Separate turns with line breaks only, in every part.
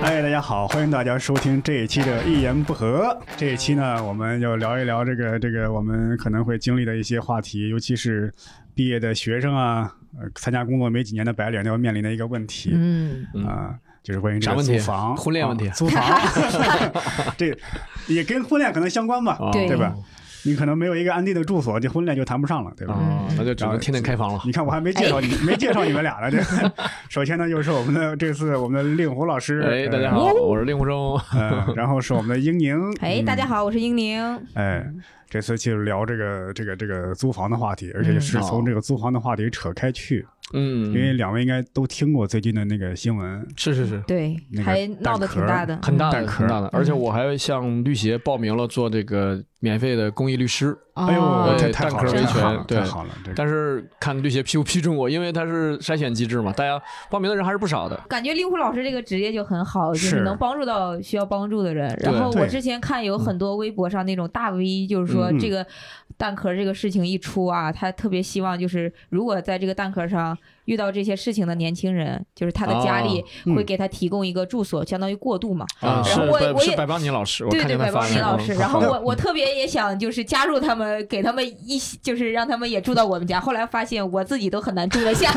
嗨，大家好，欢迎大家收听这一期的《一言不合》。这一期呢，我们就聊一聊这个这个我们可能会经历的一些话题，尤其是毕业的学生啊，呃，参加工作没几年的白领都要面临的一个问题啊、
嗯，
就是关于这
啥
个
问
租
题
房、
婚恋问题
啊租房， 这也跟婚恋可能相关吧，
哦
对
啊对吧？你可能没有一个安定的住所，这婚恋就谈不上了，对吧？
嗯
哦，那就只能天天开房了。
你看，我还没介绍你，没介绍你们俩呢。这 首先呢，又是我们的这次我们的令狐老师，
哎，
呃
大家好，我是令狐冲。
呃，然后是我们的英宁， 嗯
哎，大家好，我是英宁。
哎，这次就聊这个这个这个租房的话题，而
嗯
且是从这个租房的话题扯开去，
嗯，
因为两位应该都听过最近的那个新闻，
是是是，
对
那，个
还闹得挺大的，嗯
很大
蛋
的
壳
很大的，而且我还向律协报名了做这个免费的公益律师，
嗯。
哎
哦
呦，
对
这太好了，
蛋壳
太好
维权
了，
对
太好了，这个
但是看律协批不批准我，因为它是筛选机制嘛，大家报名的人还是不少的。
感觉令狐老师这个职业就很好，就是是能帮助到需要帮助的人。然后
对
我之前看有很多微博上那种大 V，就是说
嗯
这个蛋壳这个事情一出啊，他特别希望就是如果在这个蛋壳上遇到这些事情的年轻人，就是他的家里
嗯
会给他提供一个住所，相当于过渡嘛。
啊，
然
是
后我也
百
我也
是百邦尼老师，我
对
看
对，
见他
百
发
邦尼
了
老师，
嗯
然后
好
我我特别也想就是加入他们，给他们一起就是让他们也住到我们家。后来发现我自己都很难住得 下，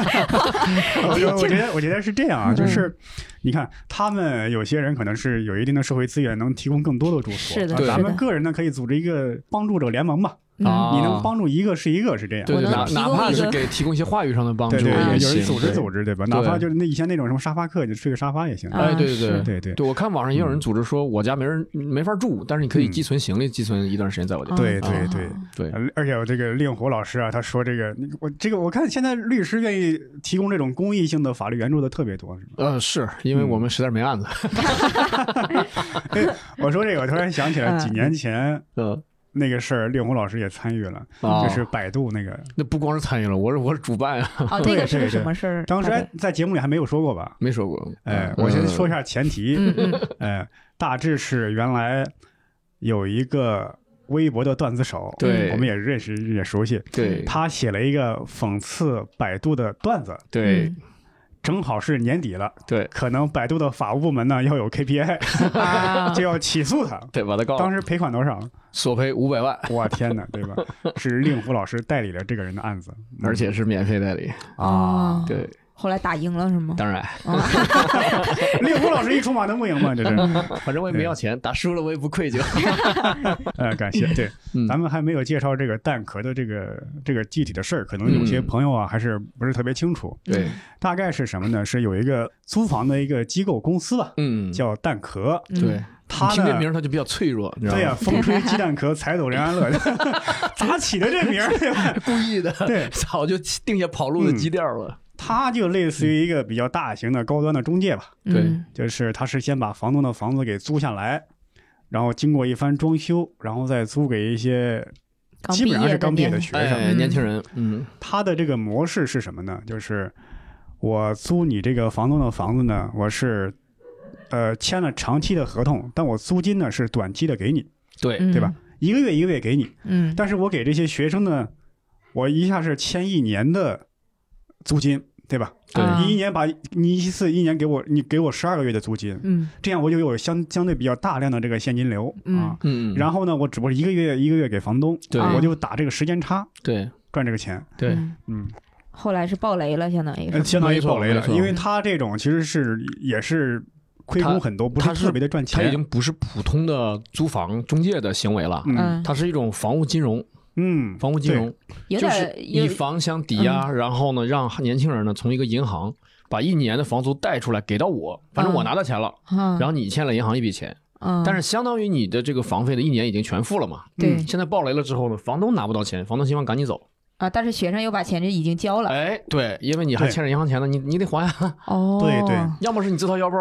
我觉得我觉得我觉得是这样啊，
嗯
就是你看他们有些人可能是有一定的社会资源，能提供更多的住所，
是的
啊
对
咱
是
们
的
个人呢可以组织一个帮助者联盟吧，
嗯
啊
你能帮助一个是一个，是这样。啊
对
我
对，
能
哪
提
哪
供
怕
一
是
个
给提供一些话语上的帮助
对
也行，
对，
啊
有人组织组
织。
织对吧？哪怕
对
就是那以前那种什么沙发客，你睡个沙发也行。
啊
哎，对对
是
对。
对对
对，我看网上也有人组织说，我家没人没法住，但是你可以
嗯
寄存行李，寄存一段时间在我家。
对
对
对
对，
呃而且我这个令狐老师啊，他说这个那个我这个我看现在律师愿意提供这种公益性的法律援助的特别多，是吗？
呃，是因为我
嗯
们实在是没案子。
我说这个，我突然想起来几年前
嗯，
那个事儿，令狐老师也参与了，
啊
就是百度那个，
那不光是参与了，我是我是主办啊，
哦，
对
那个是
对
个什
对
么事儿？
当时
大
哎
概
在节目里还没有说过吧？
没说过。
哎
嗯，
我先说一，下前
嗯
提，
嗯，
哎，大致是原来有一个微博的段子手，
对
我们也认识也熟悉，
对
他写了一个讽刺百度的段子，
对
嗯
正好是年底了，
对
可能百度的法务部门呢要 有
啊
KPI，就要起诉他。
对，把他告
当
了，
时赔款多 少？
索赔五百万，
我天哪，对吧？是令狐老师代理了这个人的案子，嗯
而且是免费代理。
哦，
啊对，
后来打赢了是吗？
当然，
啊
令狐老师一出马能不赢吗？这 是，
反正我也没要钱，打输了我也不愧疚。
呃，感谢。对，
嗯
咱们还没有介绍这个蛋壳的这个这个具体的事儿，可能有些
嗯
朋友啊还是不是特别清楚。
对，
大概是什么呢？是有一个租房的一个机构公司吧，
嗯，
叫蛋壳，
嗯
对，
它
你听这
呢
名儿他就比较脆弱，你知道
对呀、
吗？
风吹鸡蛋壳，踩走人安 乐，咋起的这名儿？对吧？
故意的，
对， 嗯
早就定下跑路的基调了。
它就类似于一个比较大型的高端的中介吧，
对
嗯
就是它是先把房东的房子给租下来，然后经过一番装修，然后再租给一些
刚
基本上是刚毕业的
的年
学生。
哎，年轻人，嗯，
它的这个模式是什么呢？就是我租你这个房东的房子呢，我是。呃，签了长期的合同，但我租金呢是短期的给你，
对，
嗯
对吧？一个月一个月给你，
嗯，
但是我给这些学生呢，我一下是签一年的租金，对吧？
对
啊
你一年把你一次一年给我，你给我十二个月的租金，
嗯
这样我就有相相对比较大量的这个现金流
嗯
啊。
嗯，
然
后
后呢，我只不过一个月一个月给房东，
对
我就打这个时间差
对
赚这个钱，
对，
嗯
嗯，
后来是爆雷了，相当于
呃
是
相当于
没错
暴雷
没
了，
错
因为他这种其实是也是亏空很多，不
他
是
是
特别的赚
他已
钱，
经不是普通的租房中介的行为了，
嗯
嗯，
它是一种房屋金融，
嗯，
房屋金融
有
就是
点有嗯
以房相抵押，然后呢，让年轻人呢从一个银行把一年的房租贷出来给到我，反正
嗯
我拿到钱了，
啊
然后你欠了银行一笔钱，
嗯，
但是嗯相当于你的这个房费的一年已经全付了嘛。
对
现在暴雷了之后呢，房东拿不到钱，房东希望赶你走。
啊，但是学生又把钱就已经交了
哎，对，因为你还
对
欠着银行钱呢，你你得还呀。
哦，
对对
要么是你自掏腰包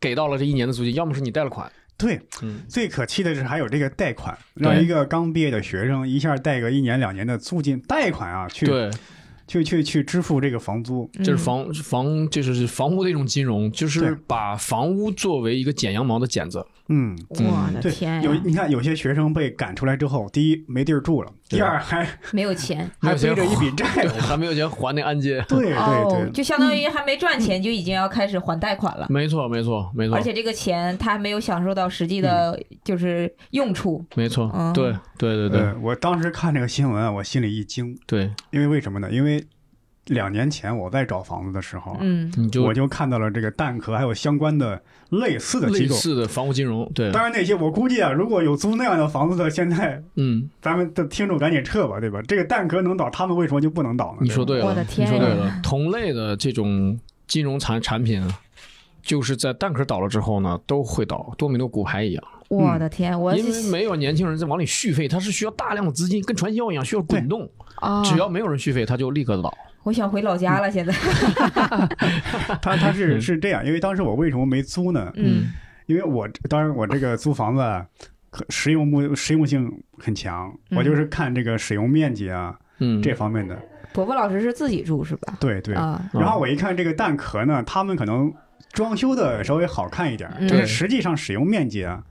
给到了这一年的租金，要么是你贷了款。
对，
嗯，
最可气的是还有这个贷款，
对
让一个刚毕业的学生一下贷个一年两年的租金贷款啊，去
嗯
对，
去去去支付这个房租。
这是房房，这是房屋的一种金融，就是
对把
把房屋作为一个剪羊毛的剪子。
嗯，
嗯我的
对
天，
有
呀，
你看有些学生被赶出来之后，第一没地儿住了，
对
第二还
没有钱。
没
还
有钱
背着一笔债。
对， 还没有钱还那按揭。
对对
哦，
对，
就相当于还没赚钱就已经要开始还贷款了，
没错，没错，没错
而，且这个钱他还没有享受到实际的，
嗯
就是用处。
没错
嗯，
对，对，对，对，
呃，我当时看这个新闻啊，我心里一惊，
对，
因为为什么呢？因为两年前我在找房子的时
哦
候，啊
嗯，
你就
我就看到了这个蛋壳还有相关的类似的机
类
构。
似的房屋金融，对，
当然，那些我估计啊，如果有租那样的房子的，现在
嗯，
咱们的听众赶紧撤吧，对吧？这个蛋壳能倒，他们为什么就不能倒呢？
你说对了，
我的天
你说对
呀
了，同类的这种金融产产品啊。就是在蛋壳倒了之后呢，都会倒，多米诺骨牌一样，
我的天，我
嗯因为没有年轻人在往里续费，它是需要大量的资金，跟传销一样需要滚动，
啊，
只要没嗯有人续费，它就立刻倒。
我想回老家了，现在，
对吧他 他
嗯
是是这样，因为当时我为什么没租呢？
嗯
因为我当然我这个租房子啊可实用目实用性很强，
嗯
我就是看这个使用面积啊、
嗯，
这方面的。
伯伯老师是自己住是吧？
对对。
啊，
然
哦
后我一看这个蛋壳呢，他们可能装修的稍微好看一点，
嗯
但是实际上使用面积啊，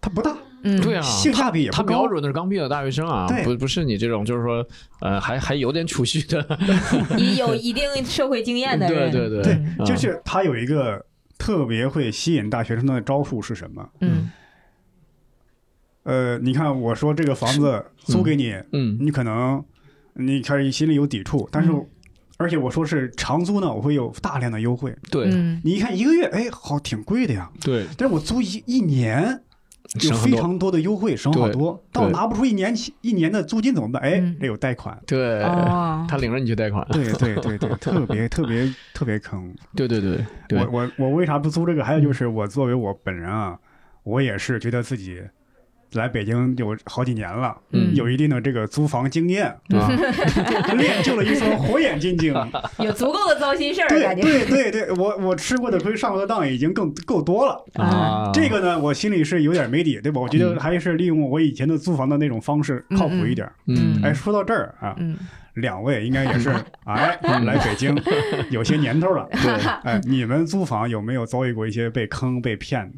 它不大，
嗯，
对啊，
性价比也
他
不
瞄
高。
准的是刚毕业的大学生啊，
对
不不是你这种，就是说，呃，还还有点储蓄的，
你有一定社会经验的
对
人，
对对，
对
嗯，
就是它有一个特别会吸引大学生的招数是什么？
嗯
呃，你看我说这个房子租给你，
嗯
你可能你开始心里有抵触，但是
嗯
而且我说是长租呢，我会有大量的优惠。
对
嗯，
你一看一个月，哎，好，挺贵的呀。
对，
但是我租一一年，有
省很
非
多，
常多的优惠，省好
对
多。但我
对
拿不出一年起一年的租金怎么办？哎
嗯，
这有贷款。
对，
哦，
他领着你去贷款，
对对对 对，特别特别特别坑。
对对对对
我，我我为啥不租这个？还有就是我作为我本人啊，我也是觉得自己来北京有好几年了，
嗯
有一定的这个租房经验 啊，练就了一双火眼金睛。
有足够的糟心事儿，
对
感觉
对对对，我我吃过的亏，上过的当已经更够多了。
啊，
嗯这个呢，我心里是有点没底，对吧？我觉得还是利用我以前的租房的那种方式靠谱一点。
嗯，
哎，说到这儿啊，
嗯，
两位应该也是哎来北 京有些年头了。
对，
哎，你们租房有没有遭遇过一些被坑、被骗？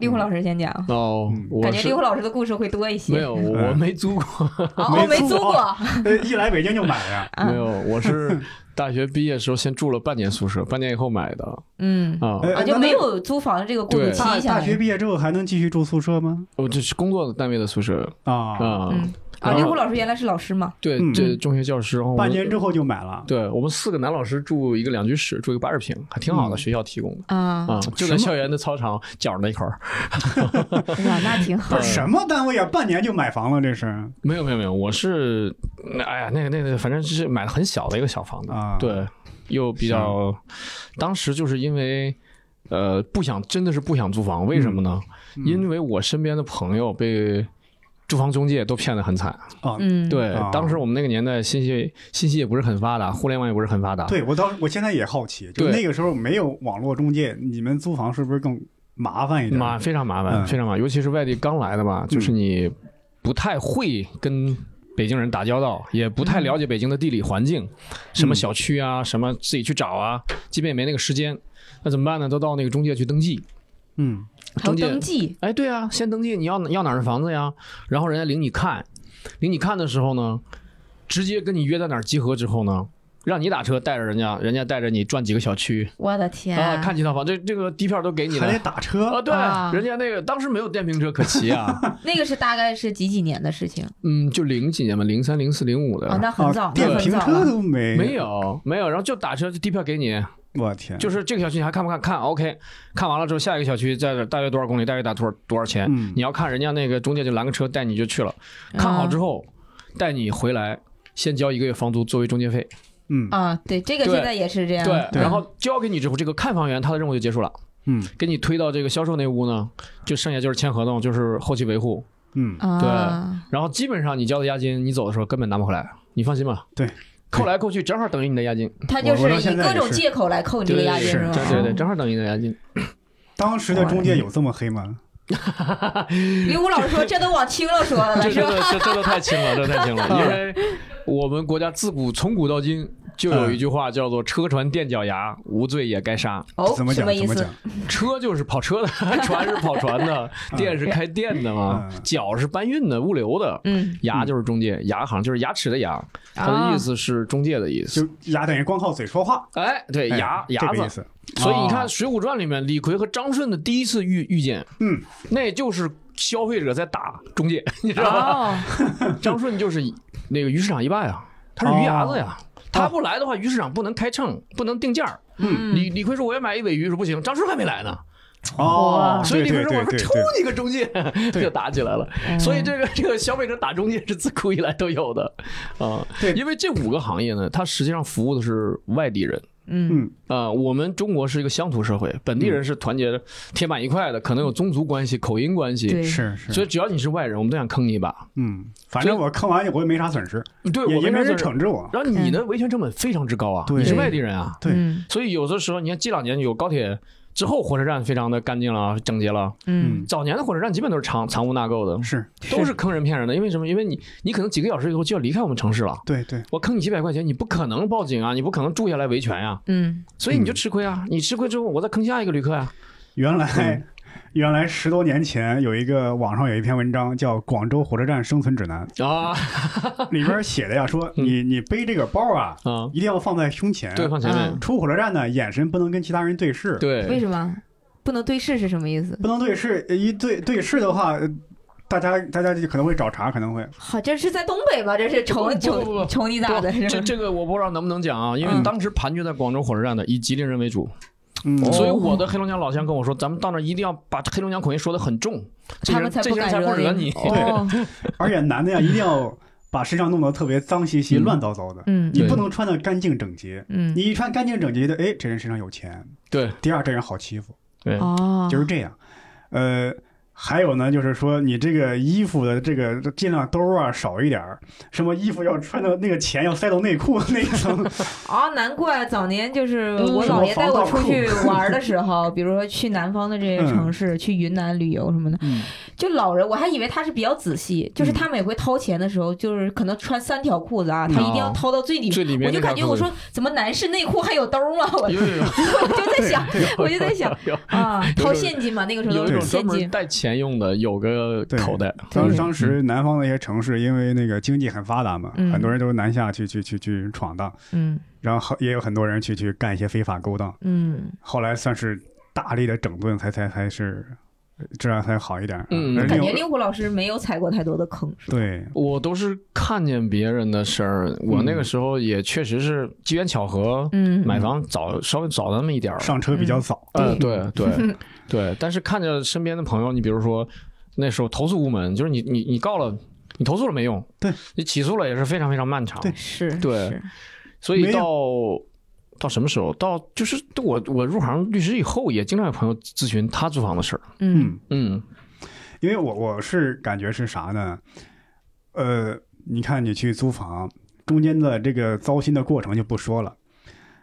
立虎老师先讲，
哦
嗯，
嗯我
感觉立
是
虎老师的故事会多一些，
没有，我我没租过，
哦，我
没
没
租
租过，
呃，一来北京就买 呀。
啊
没有，我是
嗯
大学毕业时候先住了半年宿舍，半年以后买的
嗯，
啊，
哎
啊，就没有租房的这个过渡期，
大大
相当于
学毕业之后还能继续住宿舍吗？
我这是工作单位的宿舍
啊，
啊，
嗯啊，
然
立
后
虎老师原来是老师嘛，
对
嗯，
这中学教师，然后我
半
们
年之后就买了。
对我们四个男老师住一个两居室，住一个八十平，还挺好的，
嗯
学校提供的
啊，
啊，就在校园的操场角儿那一块儿。啊
哇，那挺好
嗯
不，是什么单位啊，半年就买房了，这是
没有没有没有，我是，哎呀，那个那个，反正是买的很小的一个小房子，
啊。，
对，又比较，当时就是因为。呃，不想，真的是不想租房，为什么呢？
嗯
因为我身边的朋友被住房中介都骗得很惨。
啊，
嗯，
对，
啊
当时我们那个年代，信息信息也不是很发达，互联网也不是很发达。
对我当时我现在也好奇，就
啊对
那个时候没有网络中介，你们租房是不是更麻烦一点？
麻非常麻烦，
嗯
非常麻烦，尤其是外地刚来的吧，就是你不太会跟北京人打交道，也不太了解北京的地理环
嗯
境，什么小区啊，什么自己去找啊，基本也没那个时间。那怎么办呢？都到那个中介去登记。
嗯
还有
中介
登记，
哎，对啊，先登记，你要要哪儿的房子呀？然后人家领你看，领你看的时候呢，直接跟你约在哪儿集合之后呢，让你打车带着人家，人家带着你转几个小区
我的天，
啊，看几套房，这这个地票都给你
还
了
得。打车
啊，对，
啊
人家那个当时没有电瓶车可骑啊，
那个是大概是几几年的事情
嗯，就零几年吧，零三、零四、零五的。
啊，那很早
啊，，
那
电
很
瓶
早
车
了，
都没
没，有没有，然后就打车，就地票给你，
我天，
就是这个小区你还看不看？看，OK，看完了之后，下一个小区在这儿大约多少公里，大约打多少多少钱？
嗯
你要看人家那个中介就拦个车带你就去了，
嗯
看好之后带你回来，先交一个月房租作为中介费，
嗯
啊，对，这个
对
现在也是这样，
对，
嗯
然后交给你之后，这个看房员他的任务就结束了，
嗯
给你推到这个销售那屋呢，就剩下就是签合同，就是后期维护，
嗯，
啊，
然后基本上你交的押金，你走的时候根本拿不回来，你放心吧。
对，
扣来扣去正好等于你的押金。
他就
我我到
是以
现在
各
也
种
是
借口来扣你这个押金，嗯
是
吧？
对对对，正好等于你的押 金。
当时的中介有这么黑吗？
李武老师说：“这都往轻了说了，
这
是
这
吧
这这都太轻了，这太轻了，因为我们国家自古从古到今就有一句话叫做“车船垫脚牙，无罪也该杀
哦，
怎么
什
讲？
么
怎
意
么
思
讲？”。
车就是跑 车的，船是跑船的，店是开店的嘛
嗯，
脚是搬运的、物流的，
嗯，
牙就是中介，牙行就是牙齿的牙，它的意思是中介的意思。
啊就牙等于光靠嘴说话，
哎，对，
哎
牙
这
牙
个意
子。
思。
所以你看《
哦，
水浒传》里面，李逵和张顺的第一次遇遇见，
嗯，
那就是消费者在打中介， 你知道
啊
吧？
哦，
张顺就是那个鱼市场一霸呀，他是鱼牙子呀。
哦
他不来的话，鱼市场不能开秤，不能定价儿。
嗯
李李逵说：“我要买一尾鱼。”说：“不行，张顺还没来呢。”
哦，
所以
对
李
对
逵说：“
对
我说
对
抽
对，嗯
你个中 介，就打起来了。”所以
嗯
这个这个消费者打中介是自古以来都有的啊
对。
因为这五个行业呢，它实际上服务的是外地人。
嗯
嗯
啊，我们中国是一个乡土社会，本地人是团结的铁板一块的，可能有宗族关系、口音关系，
对，
是是，
所以只要你是外人，我们都想坑你一把。
嗯，反正我坑完我也没啥损失，
对，
也
我
也
们
没人
认识
惩治我。
然后你的维权成本非常之高啊，
对
你是外地人啊，
对
嗯
所以有的时候你看这两年有高铁之后，火车站非常的干净了、整洁了。
嗯，
早年的火车站基本都是藏藏污纳垢的，
嗯是
都是坑人骗人的。因为什么？因为你你可能几个小时以后就要离开我们城市了，
对对，
我坑你几百块钱，你不可能报警啊，你不可能住下来维权呀、
嗯
所以你就吃亏啊。你吃亏之后，我再坑下一个旅客呀、
原来。
嗯
原来十多年前有一个网上有一篇文章叫《广州火车站生存指南
啊。啊》，
里边写的呀，说你你背这个包啊，
啊，
一定要放在胸前。
嗯对，放前面
嗯，
出火车站呢，眼神不能跟其他人对视。
嗯，为
对，
什么不能对视是什么意思？
不能对视，呃一对对视的话，呃大家大家就可能会找茬，可能会
好，这是在东北吧？这是
不
瞅
不不不
瞅瞅你咋的？是
这
吧
这个我不知道能不能讲啊，因为
嗯
当时盘踞在广州火车站的以吉林人为主，
嗯
哦
所以我的黑龙江老乡跟我说，咱们到那儿一定要把黑龙江口音说的很重，这些
他
人
们才
这
不
些人
敢
才不惹
你。
你。
哦，
而且男的呀，一定要把身上弄得特别脏兮兮、
嗯
乱糟糟的，
嗯
你
对
不能穿的干净整洁。
嗯
你，一穿干净整洁的，哎，这人身上有钱。
对
第二，这人好欺负，
对，
哦，
就是这样。呃，还有呢，就是说你这个衣服的这个尽量兜啊少一点儿，什么衣服要穿到那个钱要塞到内裤那一层。
啊，难怪早年就是
嗯
我
什么
姥爷带
防
我
盗
出
裤
去玩儿的时候，比如说去南方的这些
嗯
城市，去云南旅游什么的，
嗯，
就老人我还以为他是比较仔细，就是
嗯
他每回掏钱的时候，就是可能穿三条裤子啊，他一定要
哦
掏到最里面。
最里面
我就
那
感
条
觉
裤
我
子
说怎么男士内裤还有兜儿吗？ 我
有有有
我就在想，我就在想
有
啊，
有
掏
种
现金嘛，那个时候
有一
都
种
是
专
现
门
金。
带钱用的，有个
对
口袋。
当
对
当时南方的一些城市，因为那个经济很发达嘛，
嗯
很多人都南下去去去去闯荡，
嗯
然后也有很多人去去干一些非法勾当。
嗯，
后来算是大力的整顿，才才才是呃质量才好一点。
嗯
而
感
另
觉
有
令狐老师没有踩过太多的坑，是吧？
对，
我都是看见别人的事儿，我那个时候也确实是机缘巧合，
嗯
买房早稍微早那么一点儿。
上车比较早，
呃，对
嗯
对对，但是看着身边的朋友，你比如说那时候投诉无门，就是你你你告了，你投诉了没用，
对
你起诉了也是非常非常漫长。
对
是，
对
是
所
没
以
有
到到什么时候？到就是我我入行律师以后，也经常有朋友咨询他租房的事儿。
嗯
嗯，
嗯
因为我我是感觉是啥呢？呃，你看你去租房中间的这个糟心的过程就不说了，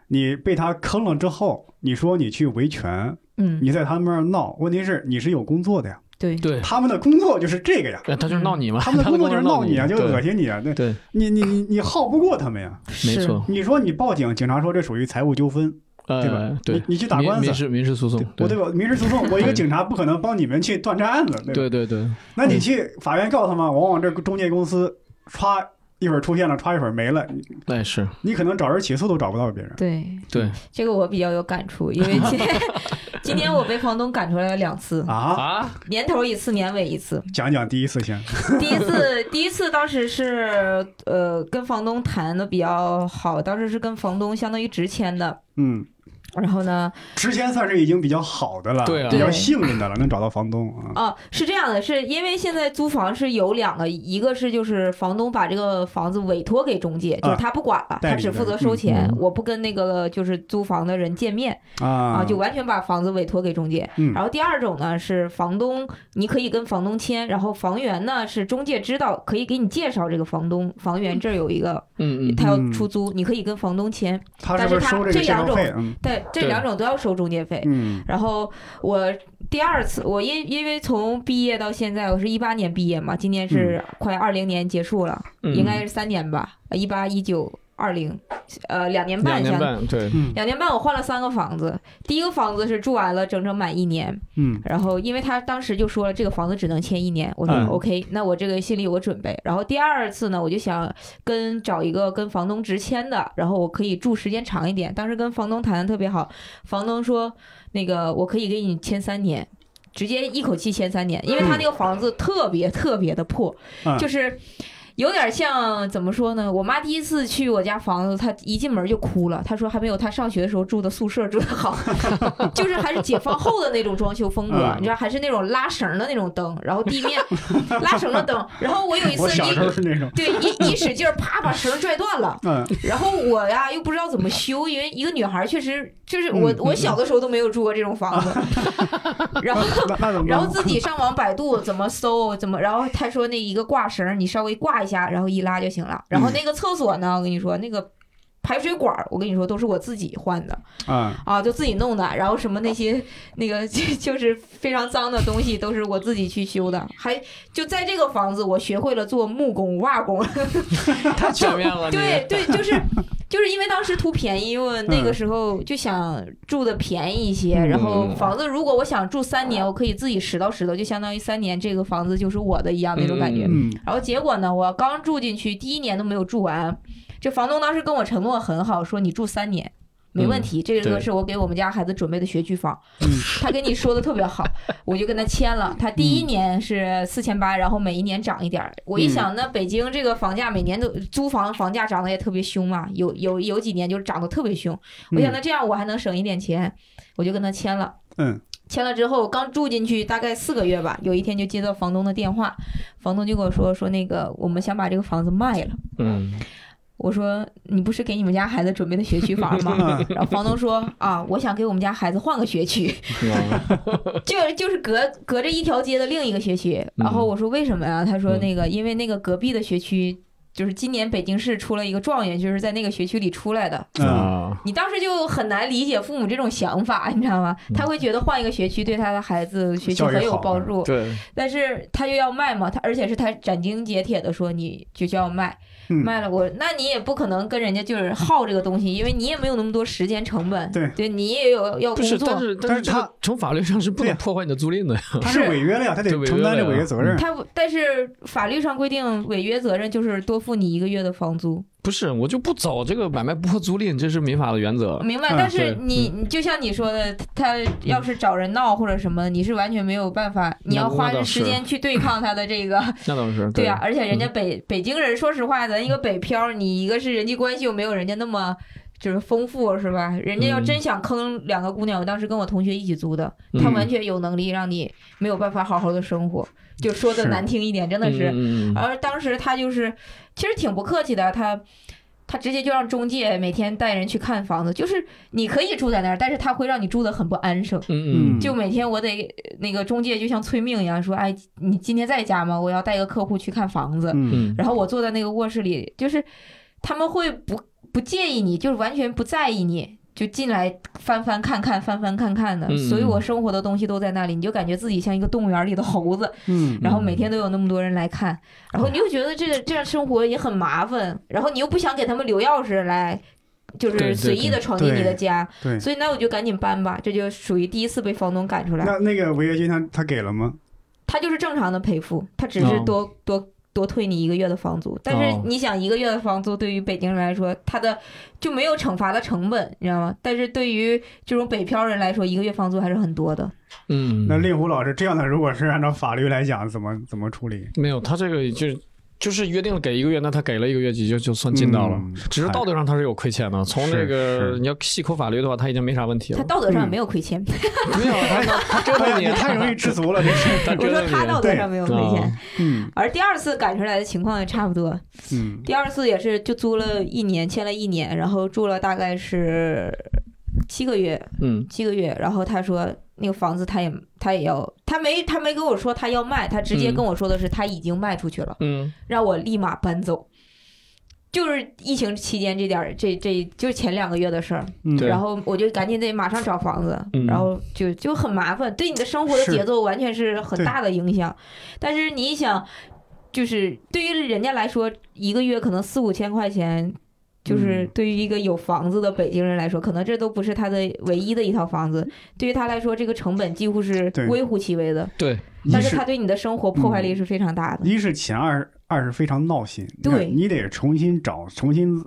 你被他坑了之后，你说你去维权，
嗯，
你在他们那儿闹，问题是你是有工作的呀，
对，
对，
他们的工作就是这个呀。
呃他就是闹你嘛，
他们的工作就是闹你
你
啊，就恶
对
心你啊，对
对，
你你你你耗不过他们呀。
没
是
错，
你说你报警，警察说这属于财务纠纷，对吧
呃，对
你，你去打官司
民民事民事诉讼，
我对吧？民事诉讼，我一个警察不可能帮你们去断这案子，对吧？
对对对，
那你去法院告他们，往往这中介公司歘一会儿出现了，歘一会儿没了，你
那也是
你可能找人起诉都找不到别人。
对，
对
这个我比较有感触，因为今天今天我被房东赶出来了 两次，
啊，
啊，
年头一次，年尾 一次。
讲讲第一次先，
第一次，第一次当时是呃跟房东谈的比较好，当时是跟房东相当于直签的，
嗯，
然后呢，
之前算是已经比较好的了，
对啊
比较幸运的了，能找到房东啊，
啊，是这样的，是因为现在租房是有两个，一个是就是房东把这个房子委托给中介，就是
啊
他不管了，
代
他
理
只
的
负责收钱，
嗯
我不跟那个就是租房的人见面
啊
啊，就完全把房子委托给中介。
嗯
然后第二种呢是房东，你可以跟房东签，然后房源呢是中介知道，可以给你介绍这个房东，房源这儿有一个
嗯嗯，
他要
嗯
出租，你可以跟房东签，
他是不是收这个介绍费？嗯
但这
对
两种都要收中介费。
嗯
然后我第二次，我因因为从毕业到现在，我是一八年毕业嘛，今年是快二零年结束了，
嗯
应该是三年吧，一八一九。二零，呃，两年
两
半
年
相
半，对，
嗯
两年半，我换了三个房子。第一个房子是住完了整整满一年，
嗯
然后因为他当时就说了这个房子只能签一年，我说
嗯
OK，、那我这个心里有个准备。然后第二次呢，我就想跟找一个跟房东直签的，然后我可以住时间长一点。当时跟房东谈的特别好，房东说那个我可以给你签三年。直接一口气签三年，因为他那个房子特别特别的破，
嗯
就是有点像怎么说呢？我妈第一次去我家房子，她一进门就哭了，她说还没有她上学的时候住的宿舍住的好， 就是还是解放后的那种装修风格
嗯，
你知道，还是那种拉绳的那种灯，然后地面拉绳的灯，然后我有一次
嗯我小时候
一
是那种，
对一一使劲儿，啪把绳拽断 了。
嗯
然后我呀又不知道怎么修，因为一个女孩儿确实就是我，
嗯
我小的时候都没有住过这种房子， 然后
那那怎么
然
办？
后自己上网百度怎么搜，怎么，然后他说那一个挂绳儿，你稍微挂一下，然后一拉就行了。然后那个厕所呢，我跟你说那个。排水管儿，我跟你说都是我自己换的
嗯
啊，就自己弄的。然后什么那些那个就 就是非常脏的东西，都是我自己去修的。还就在这个房子，我学会了做木工、瓦工。
太全面了，
对对，就是就是因为当时图便宜，因为那个时候就想住的便宜一些，
嗯
然后房子如果我想住三年，我可以自己拾掇拾掇，就相当于三年这个房子就是我的一样那种感觉。
嗯
嗯
然后结果呢，我刚住进去第一年都没有住完，这房东当时跟我承诺很好，说你住三年。没问题，这个
对
是我给我们家孩子准备的学区房，
嗯
他跟你说的特别好，我就跟他签了。他第一年是四千八，然后每一年涨一点儿。我一想，那北京这个房价每年都租房房价涨得也特别凶嘛，有有有几年就是涨得特别凶。我想那这样我还能省一点钱，我就跟他签了。
嗯，
签了之后刚住进去大概四个月吧，有一天就接到房东的电话，房东就跟我说说那个我们想把这个房子卖了。
嗯，
我说你不是给你们家孩子准备的学区房
嗯
吗？ 然后房东说啊，我想给我们家孩子换个学区，
嗯
就就是隔隔着一条街的另一个学区。
嗯
然后我说为什么呀？他说那个因为那个隔壁的学区。就是今年北京市出了一个状元，就是在那个学区里出来的。
嗯
啊，
你当时就很难理解父母这种想法，你知道吗？他会觉得换一个学区对他的孩子学习
教育
很有
嗯好啊
帮助，
对，
但是他就要卖嘛，他而且是他斩钉截铁的说你就要卖，
嗯
卖了我，那你也不可能跟人家就是耗这个东西，因为你也没有那么多时间成本，
对
你也有要
不
工
是，但
作。
是
但
但
是
是
他
他从法律上是不
对
能
呀
破坏你的租赁的呀，
他是
是
违约了呀，他得
对违约
承担这
了呀
违约责任。
他不但是法律上规定违约责任就是多付你一个月的房租，
不是，我就不走这个买卖不破租赁，这是民法的原则，
明白？
嗯
但是
啊对
你你就像你说的，他要是找人闹或者什么，你是完全没有办法，你要花
那倒是
时间去对抗他的这个
那倒是，
对呀、啊而且人家北、北京人，说实话，咱一个北漂，你一个是人际关系又没有人家那么就是丰富，是吧？人家要真想坑两个姑娘，我当时跟我同学一起租的，
嗯
他完全有能力让你没有办法好好的生活，就说的
是
难听一点，真的是。
嗯嗯嗯
而当时他就是其实挺不客气的，他。他直接就让中介每天带人去看房子，就是你可以住在那儿，但是他会让你住的很不安生。
嗯嗯
就每天我得呃那个中介就像催命一样说，哎，你今天在家吗？我要带一个客户去看房子。
嗯
嗯
然后我坐在那个卧室里，就是他们会不不介意你，就是完全不在意你，就进来翻翻看看，翻翻看看的。
嗯
所以我生活的东西都在那里，你就感觉自己像一个动物园里的猴子，
嗯
然后每天都有那么多人来看，然后你又觉得这这样生活也很麻烦，然后你又不想给他们留钥匙来。就是
对对
随意的
对
闯进你的家，
对
所以那我就赶紧搬吧，这就属于第一次被房东赶出来。
那那个违约金他他给了吗？
他就是正常的赔付，他只是
哦
多、多多退你一个月的房租。但是
哦
你想，一个月的房租对于北京人来说，他的就没有惩罚的成本，你知道吗？但是对于这种北漂人来说，一个月房租还是很多的。
嗯，
那令狐老师这样的，如果是按照法律来讲，怎么怎么处理？
没有，他这个就就是约定了给一个月，那他给了一个月就就就算尽到了。
嗯
只是道德上他是有亏欠的，从
是
这个
是
你要细抠法律的话，他已经没啥问题
他
了。
道德上也没有亏欠，
没有，啊他他折
哎呀
腾
你
你，
太容易知足了，这 是。
他
我
折
说
腾
他道
你。
德上没有亏欠。
啊
嗯
而第二次赶出来的情况也差不多，
嗯
第二次也是就租了一年，签了一年，然后住了大概是七个月，
嗯
七个月，然后他说那个房子他也他也要，他没他没跟我说他要卖，他直接
嗯
跟我说的是他已经卖出去了，
嗯
让我立马搬走。就是疫情期间这点儿，这这就是前两个月的事儿，
嗯，
对
然后我就赶紧得马上找房子，
嗯
然后就就很麻烦，对你的生活的
是
节奏完全是很
对
大的影响。但是你一想，就是对于人家来说，一个月可能四五千块钱，
嗯
就是对于一个有房子的北京人来说，可能这都不是他的唯一的一套房子。对于他来说，这个成本几乎是
对
微乎其微的，
对，
一
但是他对你的生活破坏力是非常大的。
一是钱，二二是非常闹心。
对
你得重新找，重新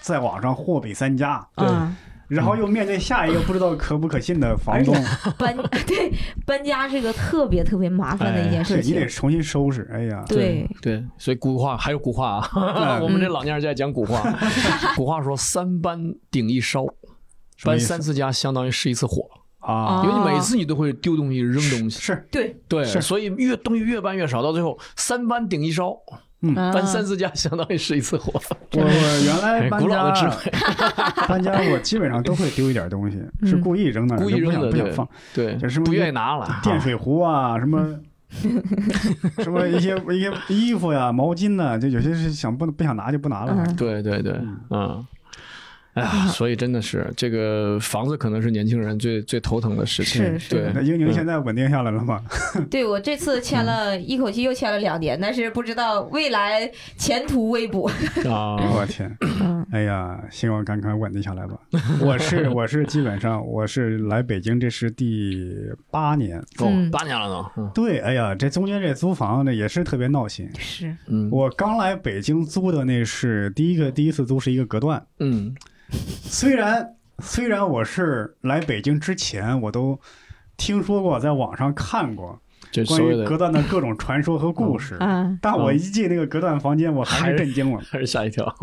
在网上货比三家，
对
啊，
然后又面对下一个不知道可不可信的
哎
房 东，
搬对搬家是个特别特别麻烦的一件
对
事
你
情
得。重新收拾。哎呀，
对
对，所以古话还有古话啊，
嗯
我们这老年人就爱讲古 话。古话说“三搬顶一烧”，
什么
搬
意思
三次家相当于是一次火，
啊，
因为你
哦
每次你都会丢东西、扔东 西。
是
对，
对，
是
所以越东西越搬越少，到最后三搬顶一烧，
啊
嗯搬三次家相当于是一次火。
我我原来
哎
搬
古老的智
家，
慧，
搬家我基本上都会丢一点东西，
嗯
是故意扔那儿，
故意
就不
扔
想
的
不想
对
放
对
这是，不是
不愿意拿了。
电水壶啊，什么什么一些一些衣服呀、毛巾呐，就有些是想不不想拿就不拿了
嗯。
对对对，嗯。哎呀，所以真的是这个房子可能是年轻人最最头疼的事情。
是是
那
对，
英宁
嗯
现在稳定下来了吗？
嗯对我这次签了一口气又签了两年，但是不知道未来前途未卜。
啊，
我天，哎呀，希望赶快稳定下来吧。我是我是基本上我是来北京，这是第八年。
哦
嗯，
八年了呢。
对，哎呀，这中间这租房呢也是特别闹心。
是，
嗯
我刚来北京租的那是第一个第一次租是一个隔断，
嗯
虽然虽然我是来北京之前我都听说过，在网上看过
嗯，就
关
所有
于
的
隔断的各种传说和故 事，
啊，
但我一进那个隔断房间，我还是震惊了。
还是吓一跳。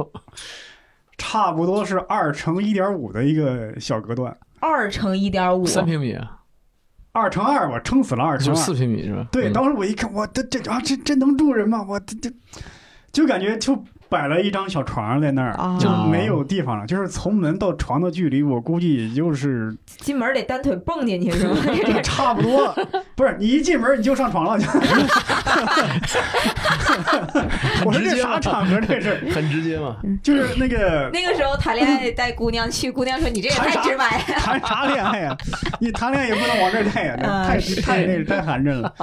差不多是二乘一点五的一个小隔断，
二乘一点五，
三平米啊，
二乘二我撑死了二乘
就
二
四。平米是吧？
对，
嗯
当时我一看，我这这啊这这能住人吗？我这这就感觉就摆了一张小床在那儿，
啊
就没有地方了。就是从门到床的距离，我估计也就是
进门得单腿蹦进去是 吗？
就差不多， 不是你一进门你就上床了。就 我说这啥场合？这是
很直接
嗯
嘛。
就是那 个
那个时候谈恋爱带姑娘去，姑娘说你这也太直白了。
谈啥恋爱呀、你谈恋爱也不能往这儿带呀、
啊
太
是
太那个太寒碜了。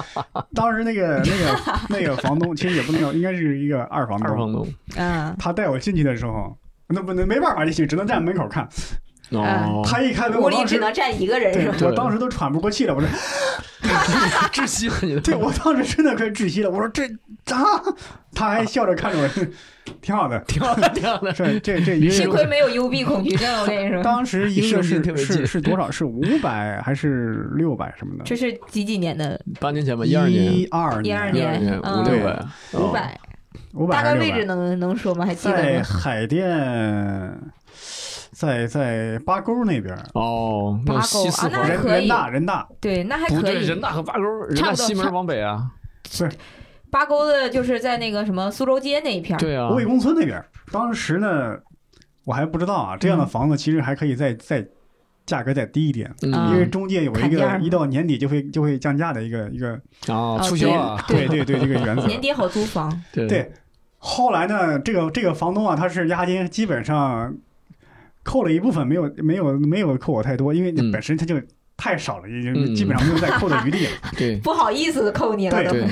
当时那个那 个那个房东其实也不能叫，应该是一个二房东。
二房东
嗯，
他带我进去的时候，那不能没办法进去，只能站门口看。
哦，
啊
他一 开门，
屋
我
里
当
只
时
能站一个人是
对
吧？
我当时都喘不过气了，我说，
窒息了你的。
对我当时真的快窒息了，我说这啊，他还笑着看着我， 挺好的，
挺好的，挺好的。
这这这
你
一
是
幸
个。
亏没有幽闭恐惧症，我跟你说，
当时一个是
你是不是特别
是
近
是多少？是五百还是六百什么的？
这是几几年的
八年前吧，一二年，
一二
12
一
年
二年
嗯
五六百，
五百，
五百
大概
还是
位
六百哎
置？能能说吗？还记得
在
吗？
海淀，在在八沟那边儿，
哦，那
八狗
西四
啊那还
环
人
可以
人大人大，
对，那还
不
可
对，
以
人。大和八沟，人
差
大
不多
西门
差
往北啊，
八沟的就是在那个什么苏州街那一片儿，
对啊，
卫宫村那边儿。当时呢，我还不知道啊，这样的
嗯
房子其实还可以再再价格再低一点，
啊
因为
嗯
中介有一
砍价
个
儿
一到年底就会就会降价的一个一个，
啊，
哦
促销啊，
对对对，这个原则。
年底好租房。
对
对，后来呢，这个这个房东啊，他是押金基本上扣了一部分，没有没有没有扣我太多，因为
嗯
本身他就太少了，已经
嗯
基本上没有再扣的余 地了。
对
不好意思扣你了
对
都，
对，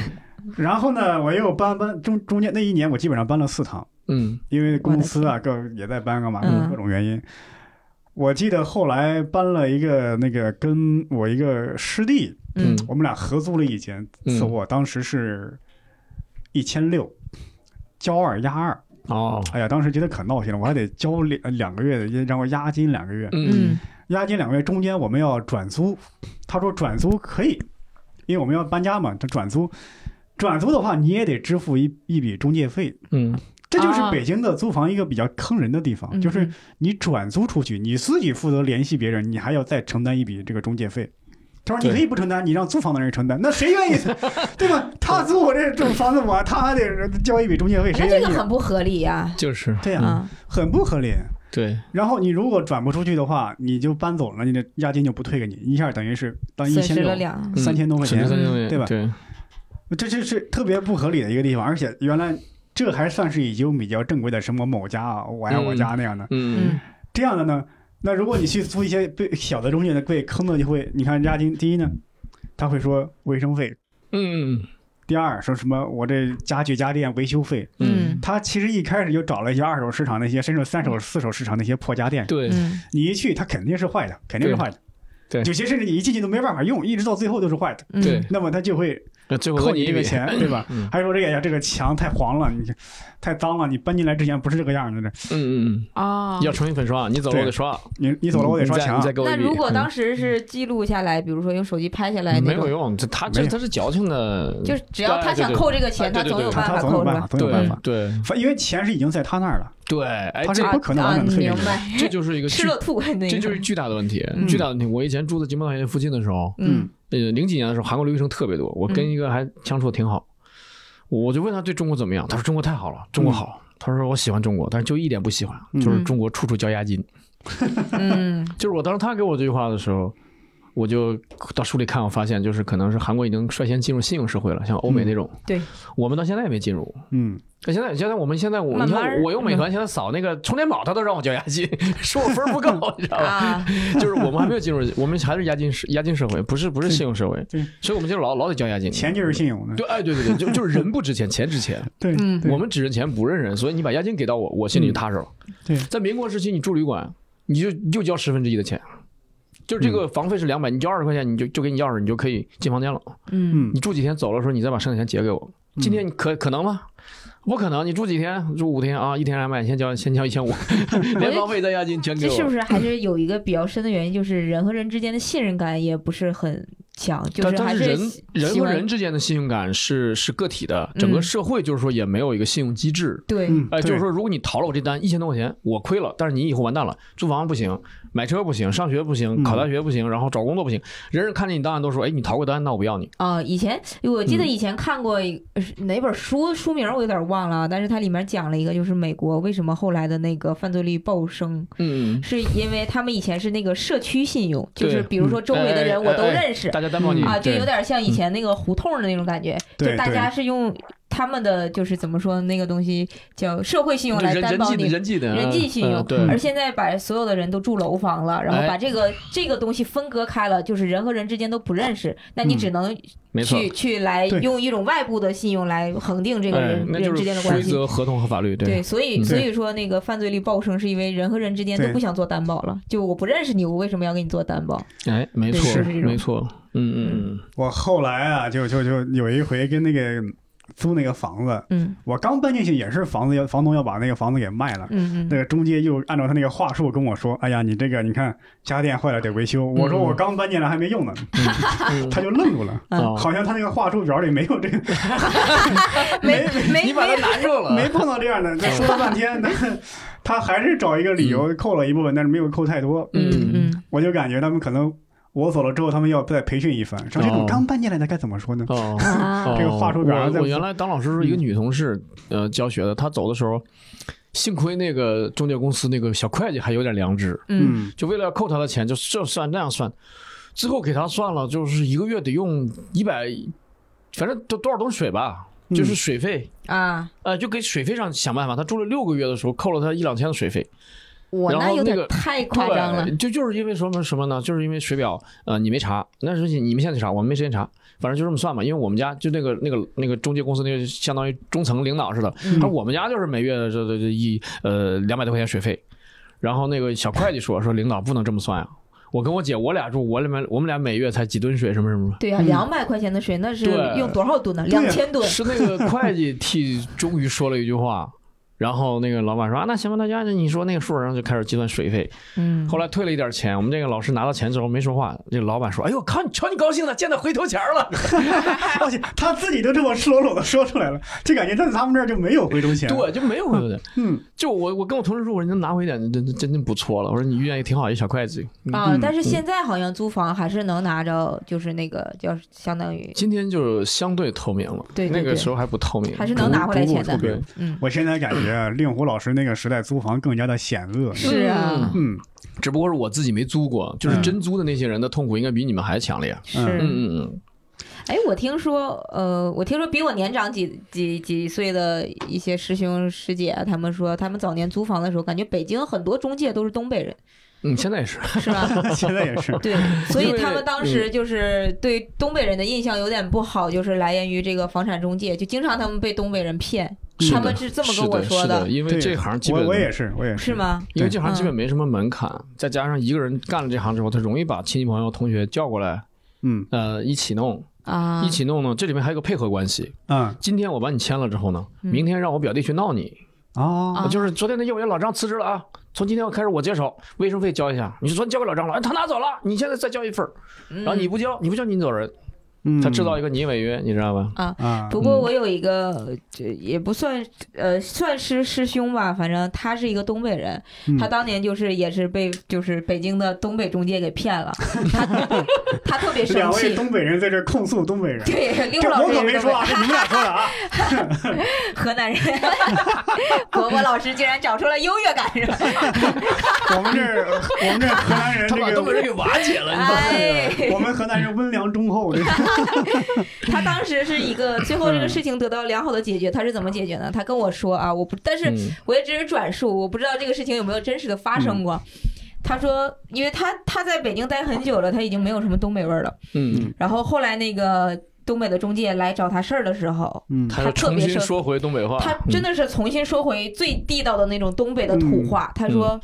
然后呢，我又搬搬中中间那一年，我基本上搬了四趟，
嗯
因为公司啊各也在搬干嘛
嗯
各种原因。我记得后来搬了一个那个跟我一个师弟，
嗯
嗯，
我们俩合租了一间，
嗯
所以我当时是一千六，交二押二。
哦，
哎呀，当时觉得可闹心了，我还得交两呃两个月的，然后押金两个月，
嗯
嗯，
押金两个月中间我们要转租，他说转租可以，因为我们要搬家嘛，他转租，转租的话你也得支付一一笔中介费，
嗯
这就是
啊
北京的租房一个比较坑人的地方，
嗯
就是你转租出去，你自己负责联系别人，你还要再承担一笔这个中介费。他说：“
对
你可以不承担，你让租房的人承担，那谁愿意？ 对吧？他租我这这种房子，我他还得交一笔中介费，谁
哎那这
愿意啊
个？很不合理呀。
就是
对呀、
嗯
啊，
很不合理。
对，
然后你如果转不出去的话，你就搬走了，你的押金就不退给你，一下等于是当一
损
千
失了
六，
两，
嗯
三千多块
损
钱
失，三千多元，
对吧
对，
这这是特别不合理的一个地方。而且原来这还算是已经比较正规的，什么某家啊，我爱我家那样的，
嗯
嗯，
这样的呢，那如果你去租一些被小的中介的被坑的，就会你看押金，第一呢，他会说卫生费，
嗯，
第二说什么我这家具家电维修费，
嗯
他其实一开始就找了一些二手市场那些，甚至三手、四手市场那些破家电，
对，
嗯
你一去它肯定是坏的，肯定是坏的。
对
有些甚至你一进去都没办法用，一直到最后都是坏的，
嗯
对
那么他就会
那最后
扣
问
你
一
这个
笔，
钱，对吧？
嗯
还说这个哎呀，这个墙太黄了，你太脏了，你搬进来之前不是这个样的，这
嗯嗯
哦
嗯，要重新粉刷，你走了我
对
得刷，
你你走了我得刷
嗯你再
墙
你，再给我
那
一笔。
如果当
时
时是记录下来，比如说用手机拍下来那
嗯没有
种，
用，这他
没
这
有
他是矫情的，
就是只要他想扣这个钱，他
对对对
总有
他
办
他
法
总有
扣，是
办
吧
法，？总有办法。
对
反因为钱是已经在他那儿了，
对，哎，
他
这
是不可能完
啊
全退给
明
你的。
白，
这就是一个
吃
巨
了吐那个，
这就是巨大的问题，
嗯
巨大的问题。我以前住在金茂大学附近的时候，
嗯
呃，零几年的时候，韩国留学生特别多，我跟一个还相处的挺好，我就问他对中国怎么样，他说中国太好了，中国好。他说我喜欢中国，但是就一点不喜欢，
嗯
就是中国处处交押金。
嗯
就是我当时他给我这句话的时候，我就到书里看，我发现就是可能是韩国已经率先进入信用社会了，像欧美那种。
对，
我们到现在也没进入。
嗯，
那现在，现在我们现在我
慢
你
慢儿
看我用美团现在扫那个充电宝，他都让我交押金，说我分儿不够，你知道吧？
啊，
就是我们还没有进入，我们还是押金社押金社会，不是不是信用社会
对，
所以我们就老老得交押金。
钱就是信用的。
对，哎，对对对，就就是人不值钱，钱值钱。
对，
嗯
对
我们只认钱不认人，所以你把押金给到我，我心里就踏实了。
对
在民国时期，你住旅馆，你就就交十分之一的钱，就是这个房费是两百，你交二十块钱，你就就给你钥匙，你就可以进房间了。
嗯
嗯
你住几天走了的时候，你再把剩下钱结给我。今天你可可能吗？不可能，你住几天？住五天啊，一天两百，先交先交一千 五，连房费带押金全给
这
我。
是不是还 是有一个比较深的原因，就是人和人之间的信任感也不是很强，就
但
还
但
是
人
喜
人
喜
和
欢
人之间的信用感是是个体的，整个
嗯
社会就是说也没有一个信用机制。
对，
嗯，
哎，就是
对
说，如果你逃了我这单一千多块钱，我亏了，但是你以后完蛋了，租房不行，买车不行，上学不
嗯
行，考大学不行，然后找工作不行，人人看见你档案都说，哎，你逃过单，那我不要你。
啊、以前我记得
嗯
以前看过一呃是哪本书，书名我有点忘了啊，但是它里面讲了一个，就是美国为什么后来的那个犯罪率暴升，
嗯，
是因为他们以前是那个社区信用，就是
对
比如说周围的
哎
人我都
哎哎
认识、
大家担保你
啊，就
对
有点像以前那个胡同的那种感觉，就
对
大
对
家是用他们的就是怎么说那个东西叫社会信用来
人
担
人
保
际的
你。
人际的
人际信
嗯
用
对，
而现在把所有的人都住楼房了，然后
哎
把这个、这个东西分割开了，就是人和人之间都不认识，那你
嗯
只能
没错。
去去来
对
用一种外部的信用来恒定这个
哎
人、
那
人
就
之
是
间的
规
关系。
则、合同和法律，
对，，所以
嗯
所以说那个犯罪率暴升，是因为人和人之间都
对
不想做担保了。就我不认识你，我为什么要给你做担保？
哎，没
对
错，
是这种
没错，嗯嗯
我后来啊，就就就有一回跟那个租那个房子，
嗯
我刚搬进去也是房子要房东要把那个房子给卖了。
嗯
那
嗯，
个中介又按照他那个话术跟我说：“哎呀，你这个你看家电坏了得维修。”我说：“我刚搬进来还没用呢。
嗯
他就愣住了，
嗯，哦
好像他那个话术表里没有这个，
没没
你把他
没，
难住了，
没碰到这样的。他说了半天， 但是他还是找一个理
嗯
由扣了一部分，但是没有扣太多。
嗯嗯，
我就感觉他们可能我走了之后，他们要再培训一番。说这种
哦
刚搬进来的该怎么说呢？
哦。
啊
这个话术表达
我
在
我原来当老师时候，
嗯
一个女同事，呃，教学的，她走的时候，幸亏那个中介公司那个小会计还有点良知，
嗯，
就为了扣她的钱，就这算那样算，最后给她算了，就是一个月得用一百，反正多多少吨水吧，
嗯
就是水费，
啊，
呃，就给水费上想办法。她住了六个月的时候，扣了她一两千的水费，
我
然
那
后
有
那
点
个
太夸张了。
对，就就是因为什么什么呢？就是因为水表，呃，你没查，那是你们现在查，我们没时间查，反正就这么算吧。因为我们家就那个那个那个中介公司那个相当于中层领导似的，
嗯
他说我们家就是每月这这这一呃两百多块钱水费，然后那个小会计说说领导不能这么算呀、我跟我姐我俩住，我们我们俩每月才几吨水什么什么什么。
对呀，
嗯
两百块钱的水，那是
对
用多少吨呢？
对呀
两千吨。
是那个会计替终于说了一句话，然后那个老板说啊，那行吧，那就按照你说那个数，然后就开始计算水费。
嗯，
后来退了一点钱，我们这个老师拿到钱之后没说话，这个老板说，哎呦，看瞧你高兴的，见到回头钱了。
而且他自己都这么赤裸裸的说出来了，就感觉在他们这儿就没有回头钱。，
对，就没有回头钱。
嗯，
就我我跟我同事说，我说你能拿回一点，真真真不错了。我说你遇见一个挺好一小会计。
啊
嗯，
但是现在好像租房还是能拿着，就是那个叫相当于
今天就是相对透明了，
对对
那个
对
时候还不透明，
还是能拿回来钱
不
的
不。不
对，
嗯，
我现在感觉啊令狐老师那个时代租房更加的险恶。
是啊，
嗯
嗯，
只不过是我自己没租过，就是真租的那些人的痛苦应该比你们还强烈。
是。
嗯嗯嗯，
哎，我听说，呃，我听说比我年长几几几岁的一些师兄师姐啊，他们说，他们早年租房的时候，感觉北京很多中介都是东北人，
嗯，现在也是，
是吧？
现在也是，
对，所以他们当
嗯
时就是对东北人的印象有点不好，就是来源于这个房产中介，就经常他们被东北人骗，
嗯
是
他
的
们是这么
是
跟我
的，
说
是的，因为
对
这行基
我
本
我也是，我也是，
是吗？
因为这行
嗯
基本没什么门槛，再加上一个人干了这行之后，他容易把亲戚朋友、同学叫过来，
嗯
呃，一起弄，
啊，
一起弄呢。这里面还有个配合关系。
嗯
今天我把你签了之后呢，
嗯
明天让我表弟去闹你，
哦
啊
我就是昨天的业务员老张辞职了啊，从今天开始我接手，卫生费交一下。你昨天交给老张了，哎他拿走了，你现在再交一份儿，
然
然后你不交，你不交你走人，
嗯，
他制造一个你违约，你知道吧？
啊，
不过我有一个，这也不算，呃，算师师兄吧，反正他是一个东北人，
嗯
他当年就是也是被就是北京的东北中介给骗了， 他他特别生
两位
气。
东北人在这控诉东北人，
对，
这
刘老
我
师
可
也
没
是东
说
北
啊，是你们俩说的啊。
河 南人，伯伯老师竟然找出了优越感，是吧？
我们这儿我们这儿河 南人这
他把东北人
个，
给瓦解了，你知道
嗯哎
吗？，
我们河南人温良忠厚， 这个
他当时是一个最后这个事情得到良好的解决，他是怎么解决呢？他跟我说啊，我不，但是
嗯
我也只是转述，我不知道这个事情有没有真实的发生过。他说，因为他他在北京待很久了，他已经没有什么东北味儿了。
嗯，
然后后来那个东北的中介来找他事儿的时候，
嗯
他又重新说回东北话，
他真的是重新说回最地道的那种东北的土话。他说。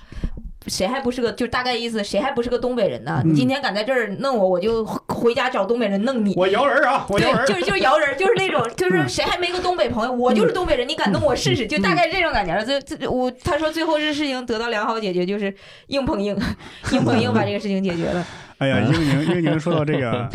谁还不是个，就大概意思，谁还不是个东北人呢？
嗯
你今天敢在这儿弄我，我就回家找东北人弄你。
我摇人啊，我摇
对，
人
就。是就是摇人，就是那种，就是
嗯
谁还没个东北朋友，我就是东北人，你敢动我试试，就大概这种感觉。这这我他说最后这事情得到良好解决，就是硬碰硬， 硬碰硬把这个事情解决了。
哎呀，英 宁，英宁说到这 个，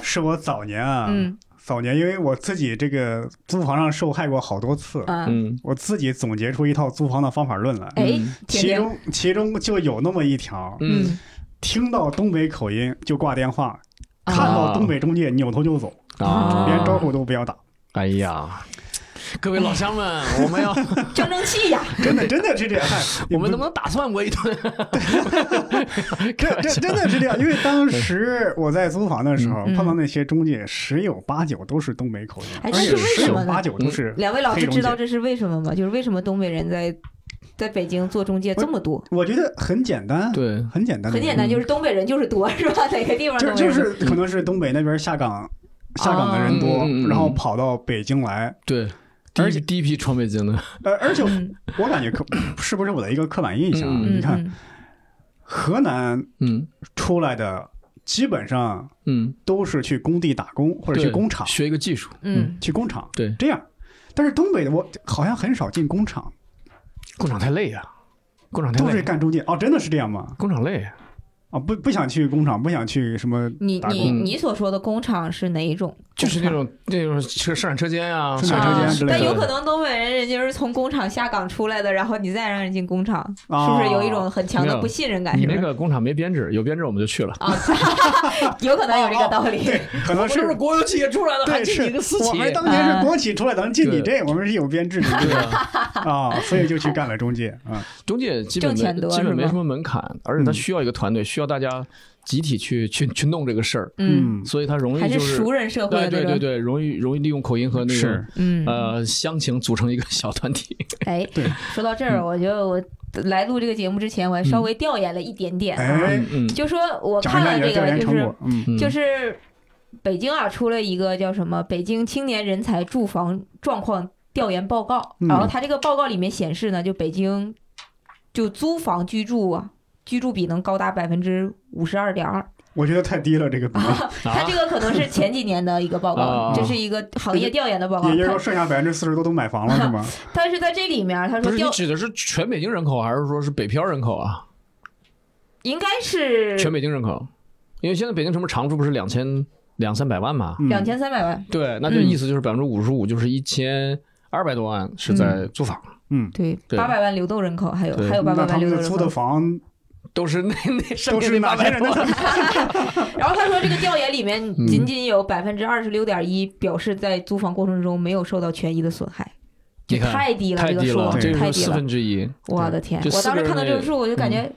是我早年啊，
嗯
早年因为我自己这个租房上受害过好多次，
啊，
嗯
我自己总结出一套租房的方法论来。
哎，铁
其
定，
中其中就有那么一条，
嗯
听到东北口音就挂电话，
啊
看到东北中介扭头就走，
啊，
连招呼都不要 打。
哎呀，各位老乡们，我 们要，
争争气呀，
真的，真的是这 样。哎
我们能不能打算过 一顿？
这这真的是这样，因为当时我在租房的时候，
嗯
碰到那些中介，十有八九都是东北口音，
哎
而
这
且
是为
十
什
有
么呢嗯
八九都是。
两位老师
黑龙
知道
江
这是为什么吗？就是为什么东北人在在北京做中介这么多？
我觉得很简单，
对，
很简单，
很简单，就是东北人就是多，是吧？哪个地方都
嗯就就
有
是可能是东北那边下岗下岗的人
啊
多
嗯嗯嗯，嗯
然后跑到北京来。
对，
而
而
且
且第一批闯北京的，
呃，而且
嗯
我感觉可是不是我的一个刻板印象啊？
嗯
你
嗯
看
嗯，
河南
嗯
出来的基本上
嗯，
都是去工地打工或者去
对
工厂，
学一个技术，
嗯，
去工厂
对
这样。但是东北的我好像很少进工厂，
工厂太累啊，工厂太
都是
累，啊
干中介哦，真的是这样吗？
工厂累，
啊，不不想去工厂，不想去什么
你
打
你
工，
你所说的工厂是哪一种？
就是那种那种车生产车间啊，
生产车间
啊
之类的
但有可能东北人人家是从工厂下岗出来的，然后你再让人进工厂，
啊
是不是有一种很强
没
的
有
不信任感？
你
是
那
吧？
个工厂没编制，有编制我们就去了。
啊，有可能有这个道理。
哦对，可 能是
国有企业出来的
对是，我们当年
啊
是国企出来的，能进你这，我们是有编制的
对 啊，
啊，所以就去干了中介啊。
中介基本
挣钱
没
多
基
是
本没
吗
什么门槛，而且他
嗯
需要一个团队，需要大家集体去去去弄这个事儿，
嗯，
所以他容
还
易
是
就是
熟人社会
对
的
对
那种。
对对，容易容易利用口音和那种
是，
嗯，
呃乡情组成一个小团体。
哎
对，嗯
说到这儿，我觉得我来录这个节目之前，我还稍微调研了一点点啊，
哎，
嗯
就说我
讲
看
一下
了
你的
这
调研
个，就
成
是
果，嗯
嗯，
就是北京啊出了一个叫什么《北京青年人才住房状况调研报告》，
嗯
然后它这个报告里面显示呢，就北京就租房居住啊。居住比能高达百分之五十二点二，
我觉得太低了这个比例，
它这个可能是前几年的一个 报告，
啊
这是一个行业调研的报告。
也就是说
它
剩下百分之四十多都买房了是吗？
但是在这里面，他
不
说
是你
调
指的是全北京人口，还是说是北漂人口啊？
应该是
全北京人口，因为现在北京城市常住不是两千两三百万嘛？
嗯
两千三百万，
对，那就
嗯
意思就是百分之五十五，就是一千二百多万是
嗯
在租房，
对，
对
八百万流动人口，还有
对
还有八百
那
万
他
流动
们
人
租
口
的。房
都是那那上
都
面
是
那
哪
八
些
百
人
多
的
万。？
然后他说，这个调研里面仅仅有百分之二十六点一表示在租房过程中没有受到权益的损害，就
你看
太低了，
太
这个
低
数
了，这
太
个是
低
四
了，
分之一，
我的天！
就
我当时
四个人
看到这个数，我就感觉。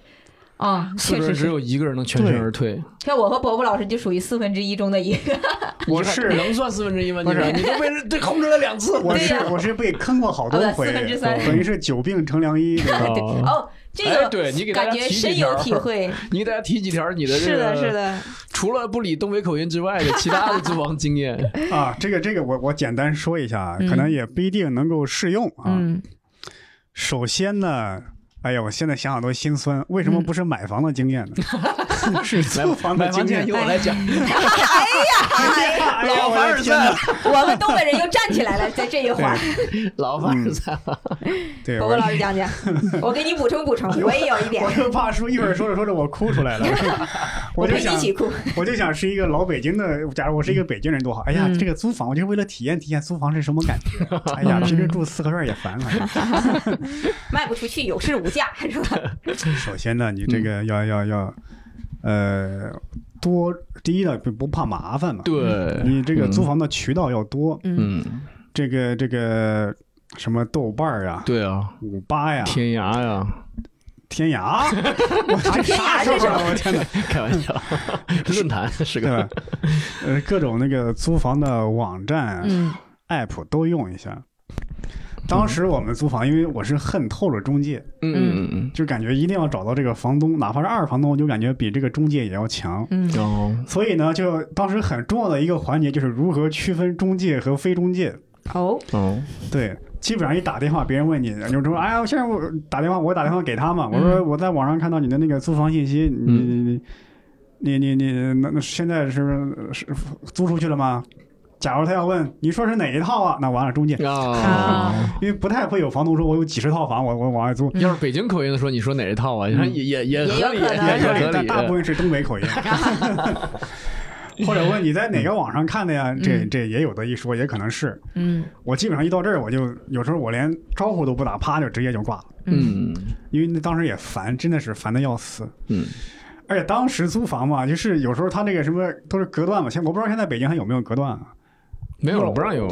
啊，
四
确
个
实
人只
是，
有一个人能全身而退。
像我和伯伯老师就属于四分之一中的一个。
我
你看
是
能算四分之一吗？
不
你
是
你都被人这控制了 两次。
我是
对呀
我是被坑过好多
啊对
回哦
四分之，三
等于是久病成良医，对吧？
哦，这
哎，
个
对你给大
感
家
觉
提几
深有
条，
体会。
你给大家提几 条你的这
是
个，
的，
啊
是，的，
除了不理东北口音之外的其他的租房经验，
啊，这个这个我我简单说一下啊，可
嗯
能也不一定能够适用啊。
嗯
首先呢，哎呀，我现在想想都心酸，为什么
嗯
不是买房的经验呢？是租房的
买
经
房经验
验
由。我来讲，
哎呀，
哎呀，我的天哪！
我们东北人又站起来了，在这一会儿，
老凡
嗯
尔赛了，
对，
博
我
博老师讲 讲，我给你补充补充，我也有一点
我，就怕说一会儿说着说着我哭出 来了，我就
陪你
想
一起哭。
我就想是一个老北京的，假如我是一个北京人多好。哎呀，
嗯
这个租房，我就是为了体验体验租房是什么感觉。 哎呀，
嗯
平时住四合院也烦哎了。
卖不出去，有市无价，是吧？
首先呢，你这
嗯
个要要要，呃，多第一呢不不怕麻烦嘛，
对，
你这个租房的渠道要多，
嗯
嗯，
这个这个什么豆瓣儿啊、
对啊，
五八呀、
天 涯呀，
天 涯，我这
天
啥啊
涯
时候
这
了？我天哪，
开玩笑， 论坛是
对 吧
个，？
呃，各种那个租房的网站、啊
嗯
app 都用一下。当时我们租房，因为我是恨透了中介，
嗯嗯嗯
就感觉一定要找到这个房东，哪怕是二房东，我就感觉比这个中介也要强。
嗯
嗯，哦，
所以呢，就当时很重要的一个环节就是如何区分中介和非中介。
哦，
哦，
对，基本上一打电话，别人问你，你就说：“哎呀，现在我打电话，我打电话给他嘛。”我说：“我在网上看到你的那个租房信息，你、你你你你，那那现在是是租出去了吗？”假如他要问你说是哪一套啊，那完了中介，
啊。
因为不太会有房东说我有几十套房，我我往外租。
要是北京口音的说，你说哪一套啊？
嗯
也也也
也有
合理，
可能
也
但
合
是
理。
大部分是东北口音，或者问你在哪个网上看的呀？这这也有的一说，也可能是。
嗯
我基本上一到这儿，我就有时候我连招呼都不打，啪就直接就挂了。
嗯
因为那当时也烦，真的是烦的要死。
嗯
而且当时租房嘛，就是有时候他那个什么都是隔断嘛，现我不知道现在北京还有没有隔断啊？
没有了，不让有，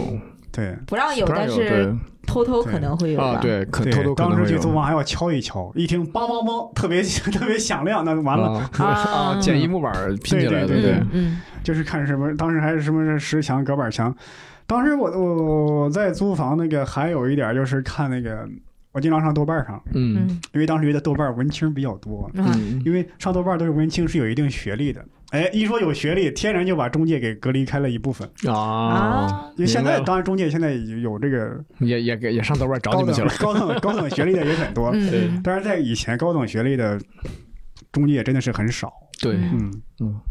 对
不让有，
不让
但
有，
是
对
偷偷可能会有吧。
啊，对，可
对，
偷偷可
当
能
时
会
去
有啊
租房还要敲一敲，一听梆梆梆，特别 特别响亮，那完了，
啊
啊
啊，简易木板儿拼起来的，
对对
嗯嗯
就是看什么，当时还是什么是石墙隔板墙。当时我我我在租房那个还有一点就是看那个，我经常上豆瓣上，
嗯
嗯
因为当时觉得豆瓣文青比较多，
啊
嗯
因为上豆瓣都是文青是有一定学历的。哎，一说有学历，天然就把中介给隔离开了一部分。
啊，
啊，
因为现
明白
在
了
当然中介现在有有这个
也也给也上豆瓣找
高
你们去
等
了，
高等高等学历的也很 多，
嗯
对
嗯
当然在以前高等学历的中介真的是很少。
对，
嗯
嗯。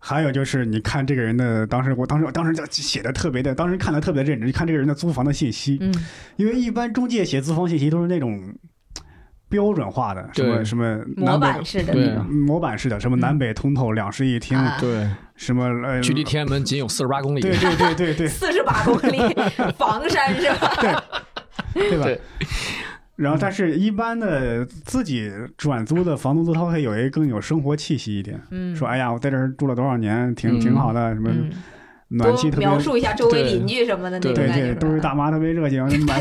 还有就是，你看这个人的，当时我当时我当时就写的特别的，当时看的特别的认真，看这个人的租房的信息，
嗯
因为一般中介写租房信息都是那种标准化的，什么
对
什么
模
南北
板式的
对
那种。嗯
模板式的，什么南北通透，两室一厅，
啊
对，
什么呃，
距离天安门仅有四十八公里，
对对对对 对，
四十八公里，房山是 吧？
对吧？
对
然后，但是一般的自己转租的房东租，他会有一个更有生活气息一点，
嗯，
说哎呀，我在这儿住了多少年，挺
嗯
挺好的，什么
嗯，
暖气
多
特别
描。述一下周围
对
邻居什么的那
对
种
对
感觉
对，
吧。
都是大妈特别热 情，买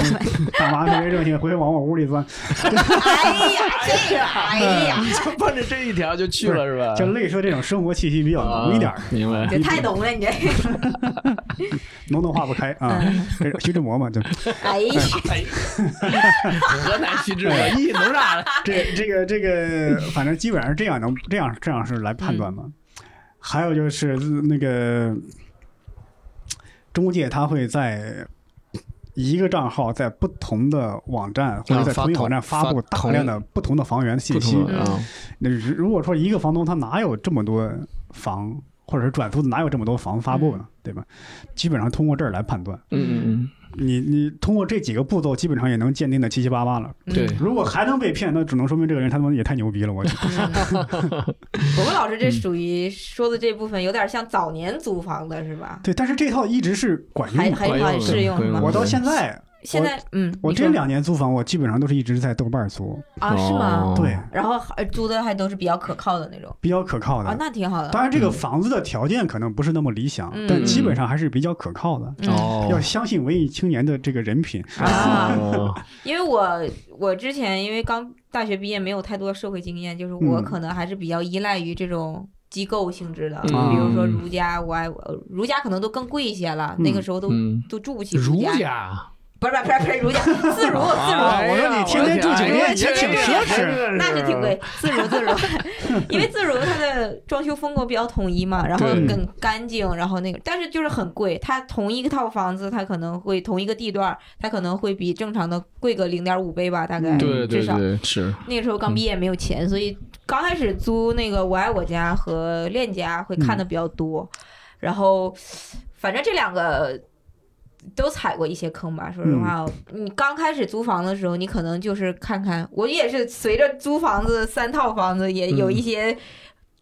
大妈特别热情，回去往我屋里钻，
哎呀，这个，哎呀，
就奔着这一条就去了是吧？
就类似这种生活气息比较
啊
浓一点儿，，
明白
这 太浓了，你这，
浓的化不开啊。
嗯
这徐志摩 嘛，就
哎呀，
河南 徐志摩一能啥了？
这这个这个，反正基本上是这样能这样这样是来判
嗯
断嘛。还有就是那个中介，他会在一个账号在不同的网站或者在
啊发
同一
同
网站发布
发
大
同
量的不同的房源信
不
息
同。的啊，
那如如果说一个房东他哪有这么多房，或者是转租的哪有这么多房发布呢？
嗯
对吧？基本上通过这儿来判断，
嗯嗯
你你通过这几个步骤，基本上也能鉴定的七七八八了。
嗯， 对，
如果还能被骗，那只能说明这个人他妈也太牛逼了， 我觉得。
我们老师这
嗯
属于说的这部分有点像早年租房的是吧？
对，但是这套一直是管用
还
的。
还
管用
蛮
的
适用
管
的
用
吗
的？
我到现在，
现在嗯，
我
你说
这两年租房，我基本上都是一直在豆瓣儿租，
啊是吗？
哦
对，
然后还租的还都是比较可靠的那种
比较可靠
啊，
的。
那挺好的。
当然，这个房子的条件可能不是那么理想，
嗯
但基本上还是比较可靠的。
嗯
要
哦
相信文艺青年的这个人品，
啊，
哦
因为我我之前因为刚大学毕业，没有太多社会经验，就是我
嗯
可能还是比较依赖于这种机构性质的，
嗯
比如说呃儒家，我爱我儒家可能都更贵一些了，
嗯
那个时候都
嗯，
都住不起
儒
家，
家啊
不是不是不是如家，自如自如。
哎我说你天天住酒店
也挺
奢侈
那就挺贵， 自如自如，因为自如它的装修风格比较统一嘛，然后
对
更干净，然后那个，但是就是很贵。它同一套房子，它可能会同一个地段儿，它可能会比正常的贵个零点五倍吧，大概
嗯对
嗯至
对
少。
对，是
那个时候刚毕业没有钱，所以刚开始租那个我爱我家和恋家会看的比较多，然后反正这两个。都踩过一些坑吧，说实话，你刚开始租房的时候，你可能就是看看，我也是随着租房子三套房子，也有一些，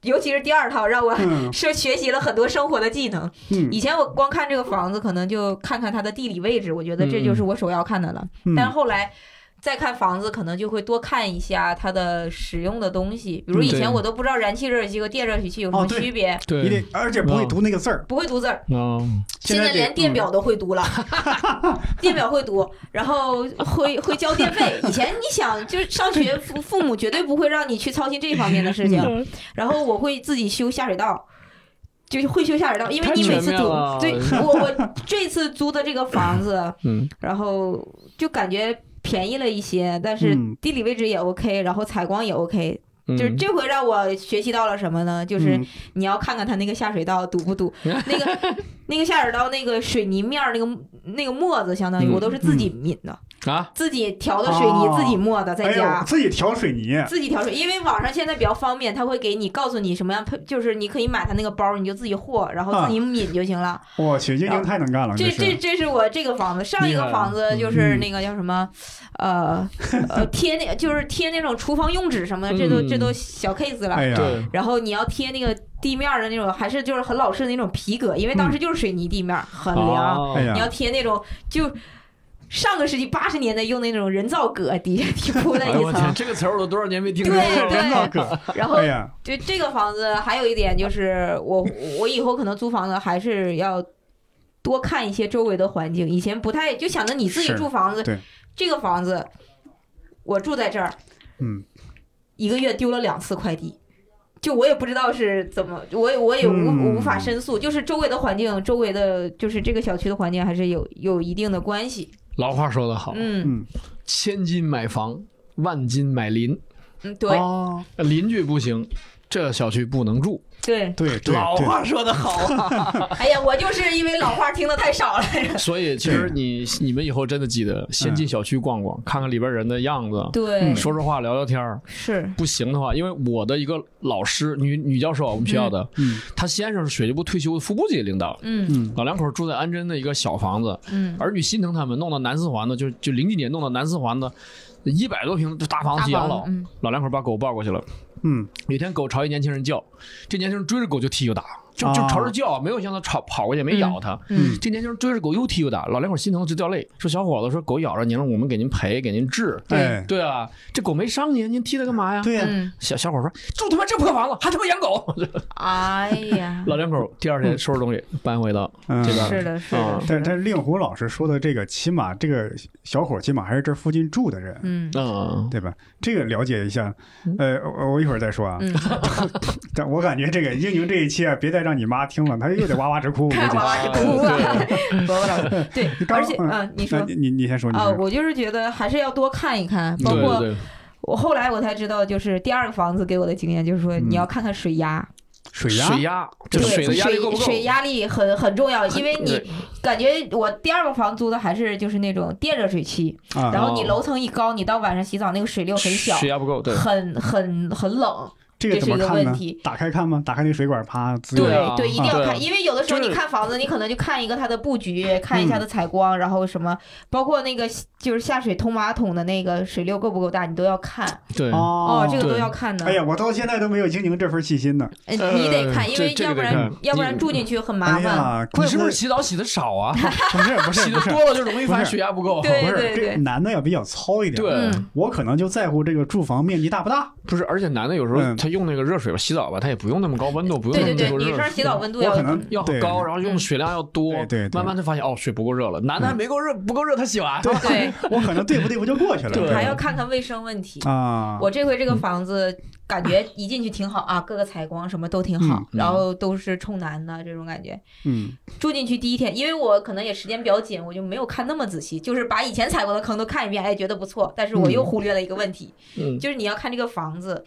尤其是第二套，让我
嗯
是学习了很多生活的技能。
嗯
以前我光看这个房子，可能就看看它的地理位置，我觉得这就是我首要看的了。
嗯
但是后来再看房子，可能就会多看一下它的使用的东西，比如以
嗯对
前我都不知道燃气热水器和电热水器有什
哦
么
对
区别，
对，嗯
你得，而且不会读那个字儿。
不会读字儿。
哦，
现在
得
连电
嗯
表都会读 了，电表会读，然后会会交电费。以前你想，就是上学父父母绝对不会让你去操心这方面的事
嗯
情， 然后我会自己修下水道。就是会修下水道，因为
太
你每
全
次
面
租
了，
对我我这次租的这个房子，
嗯，
然后就感觉便宜了一些，但是
嗯
地理位置也 OK，然后采光也 OK，、
嗯
就是这回让我学习到了什么呢？
嗯
就是你要看看它那个下水道堵不 堵，那个那个下水道那个水泥面儿那个那个沫子，相当于
嗯
我都是自己抿的，
啊，
自己调的水泥，
哦
自己磨的，在
哎
家。
呦，自己调水泥，
自己调水，因为网上现在比较方便，它会给你告诉你什么样配，就是你可以买它那个包，你就自己和，然后
啊
自己抿就行了。
我去，英英太能
啊
干了，
这
是
这这是我这个房子，上一
厉害
个
了嗯
房子就是那个叫什么，呃呃贴那就是贴那种厨房用纸什么的，这都
嗯
这都小 case 了。
哎呀，
对，
然后你要贴那个地面的那种，还是就是很老式的那种皮革，因为当时就是水泥地面，很凉。
嗯哦
哎呀
你要贴那种就上个世纪八十年代用的那种人造革底下底铺的
哎呦
一
我天，
层。
这个词儿我都多少年没听
对
说 了。
人造
对，
革，
然后
哎呀，
就这个房子还有一点就是我，我以后可能租房子还是要多看一些周围的环境。以前不太就想着你自己
是
住房子
对，
这个房子我住在这儿
嗯，
一个月丢了两次快递，就我也不知道是怎么，我也我也无、
嗯
无法申诉，就是周围的环境，周围的就是这个小区的环境还是有有一定的关系。
老话说得好，
嗯
千金买房，万金买邻，呃
嗯，对
哦
邻居不行，这小区不能住。
对，
对对
老
对，
话说得好 啊。
哎呀，我就是因为老话听的太少了。
所以其实你你们以后真的记得先进小区逛
嗯
逛，看看里边人的样子，
对，
说说话，聊聊天儿。
是，
不行的话，因为我的一个老师，女女教授啊，我们学校的，
嗯
她先生是水利部退休的副部级领导，
嗯
嗯
老两口住在安贞的一个小房子，
嗯，
儿女心疼他们，弄到南四环的，就就零几年弄到南四环的一百多平的大房啊
大
子去养
房
老，
嗯
老两口把狗抱过去了。
嗯，
有一天狗朝一年轻人叫，这年轻人追着狗就踢就打，就就
啊
朝着叫，没有向他跑跑过去，没咬他。
嗯
这年轻人追着狗又踢又打，老两口心疼的直掉泪，说小伙子，说狗咬着您了，我们给您赔，给您治。
哎，
对啊，这狗没伤您，您踢它干嘛呀？
对呀，
嗯，
小小伙说：“住他妈这破房子，还他妈养 狗
哎！” 呀，
老两口第二天收拾东西搬回到
嗯
这边
是的，是
啊
的，
但
是的，
但令狐老师说的这个，起码这个小伙起码还是这附近住的人，
嗯
嗯，
对吧？这个了解一下，呃，我我一会儿再说啊。
嗯，
但我感觉这个英宁这一期啊，别再让你妈听了，她又得哇哇直哭。我 估计
哇哇直哭啊， 伯伯老师，对
你，刚
而且
嗯
嗯，你说
那你你你先说，你
啊，
先说。
我就是觉得还是要多看一看，包
对
括
对
我后来我才知道，就是第二个房子给我的经验就是说，
嗯
你要看看水压，
水
对，
压，
水压，这
对，
水
水
的压力够不够？
水压力很很重要，因为
对
你感觉我第二个房租的还是就是那种电热水器，
啊，
然后你
哦
楼层一高，你到晚上洗澡那个水流很小，
水压不够，对，
很很很冷，
这个
这
怎
是
么
一个
看
问
呢
题？
打开看吗？打开那水管，啪，滋
对
溜
啊
对，一定要
对啊
看，因为有的时候
就是嗯
你看房子，你可能就看一个它的布局，看一下它的采光，然后什么，包括那个就是下水通马桶的那个水流够不够大，你都要看。
对，
哦
哦，这个都
对
要看的
哎。呀，我到现在都没有英宁这份细心呢。
呃你得看，
呃
因为
这
要不
这个得
然
看
要不然住进去很麻
哎
烦。
呀，
你
怪
是
不
不
得
是洗澡洗的 少啊？
不是不是
洗的
不是
多了就容易
不
发现
是
水压不够。
不
对
是，
对
这
对，
男的要比较糙一点。
对
嗯
我可能就在乎这个住房面积大不大。
不是，而且男的有时候
嗯
他用那个热水吧洗澡吧，它也不用那么高温度，不用
对
那
对对，
么多
女
热
生
水。
洗澡温度
我
要
可能
要
对
很高，然后用的水量要多，
对对对嗯
慢慢就发现哦，水不够热了，男的还没够热，不够热，他洗完，
对，
我可能对付对付就过去了。
对啊
还要看看卫生问题。
啊，
我这回这个房子感觉一进去挺好啊，各个采光什么都挺好
嗯，
嗯
然后都是冲南的这种感觉。
嗯
住进去第一天，因为我可能也时间比较紧，我就没有看那么仔细，就是把以前踩过的坑都看一遍，哎，觉得不错。但是我又忽略了一个问题，
嗯，
就是你要看这个房子，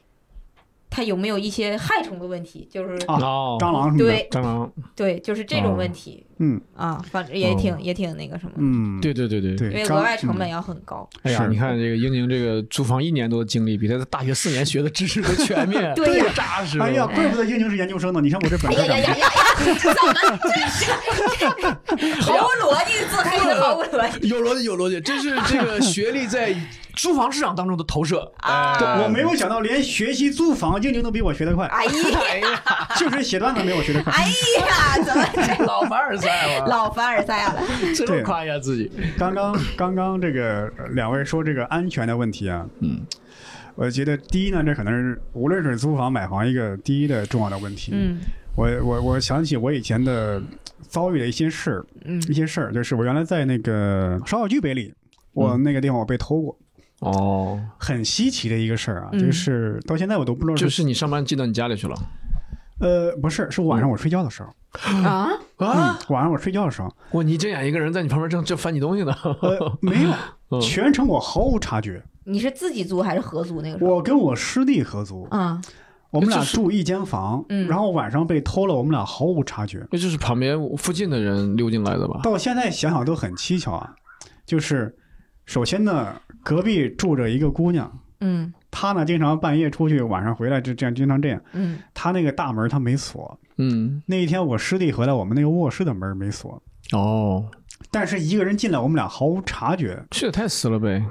它有没有一些害虫的问题，就是、
啊嗯
哦，
蟑螂什么的，
对
蟑螂，
对，就是这种问题。
嗯
啊，反正也
哦
挺、也挺那个什么的，
嗯
对对对对，
对，
因为
蟑
额外成本要很高。
哎呀，
是
你看这个英宁这个租房一年多的经历，比他在大学四年学的知识都全 面，
对呀
都扎实
嗯
了。
哎呀，怪不得英宁是研究生呢，你看我这本
哎
科
呀呀
长，
呀呀呀！咱们真是毫无逻辑，做开的毫无逻辑。
有逻辑有逻辑，这是这 个学历在租房市场当中的投射。哎
啊
对我没有想到连学习租房英宁都比我学得快，
哎呀，
哎呀，
就是写段子没我学得快。
哎呀，怎么这
老凡尔赛了，
老凡尔赛了？
真
对
是夸一下自己。
刚刚刚刚这个呃两位说这个安全的问题啊，
嗯，
我觉得第一呢，这可能是无论是租房买房一个第一的重要的问题。
嗯
我我我想起我以前的遭遇的一些事儿，
嗯
一些事儿，就是我原来在那个烧烤剧北
嗯
里，我那个地方我被偷过，
哦，
很稀奇的一个事儿啊，
嗯
就是到现在我都不知道
就是是你上班进到你家里去了
呃不是，是晚上我睡觉的时候，
啊，
嗯，晚上我睡觉的时候，
哇，你睁眼一个人在你旁边正正翻你东 西呢。
呃没有，
嗯
全程我毫无察觉，
你是自己租还是合租那个时候？
我跟我师弟合租，
啊，
我们俩
就是
住一间房，
嗯
然后晚上被偷了，我们俩毫无察觉。
那就是旁边附近的人溜进来的吧？
到现在想想都很蹊跷啊。就是首先呢，隔壁住着一个姑娘，
嗯
她呢经常半夜出去，晚上回来就这样，经常这样。
嗯
她那个大门她没锁。
嗯，
那一天我师弟回来，我们那个卧室的门没锁，
哦，
但是一个人进来，我们俩毫无察觉。
这也太死了呗。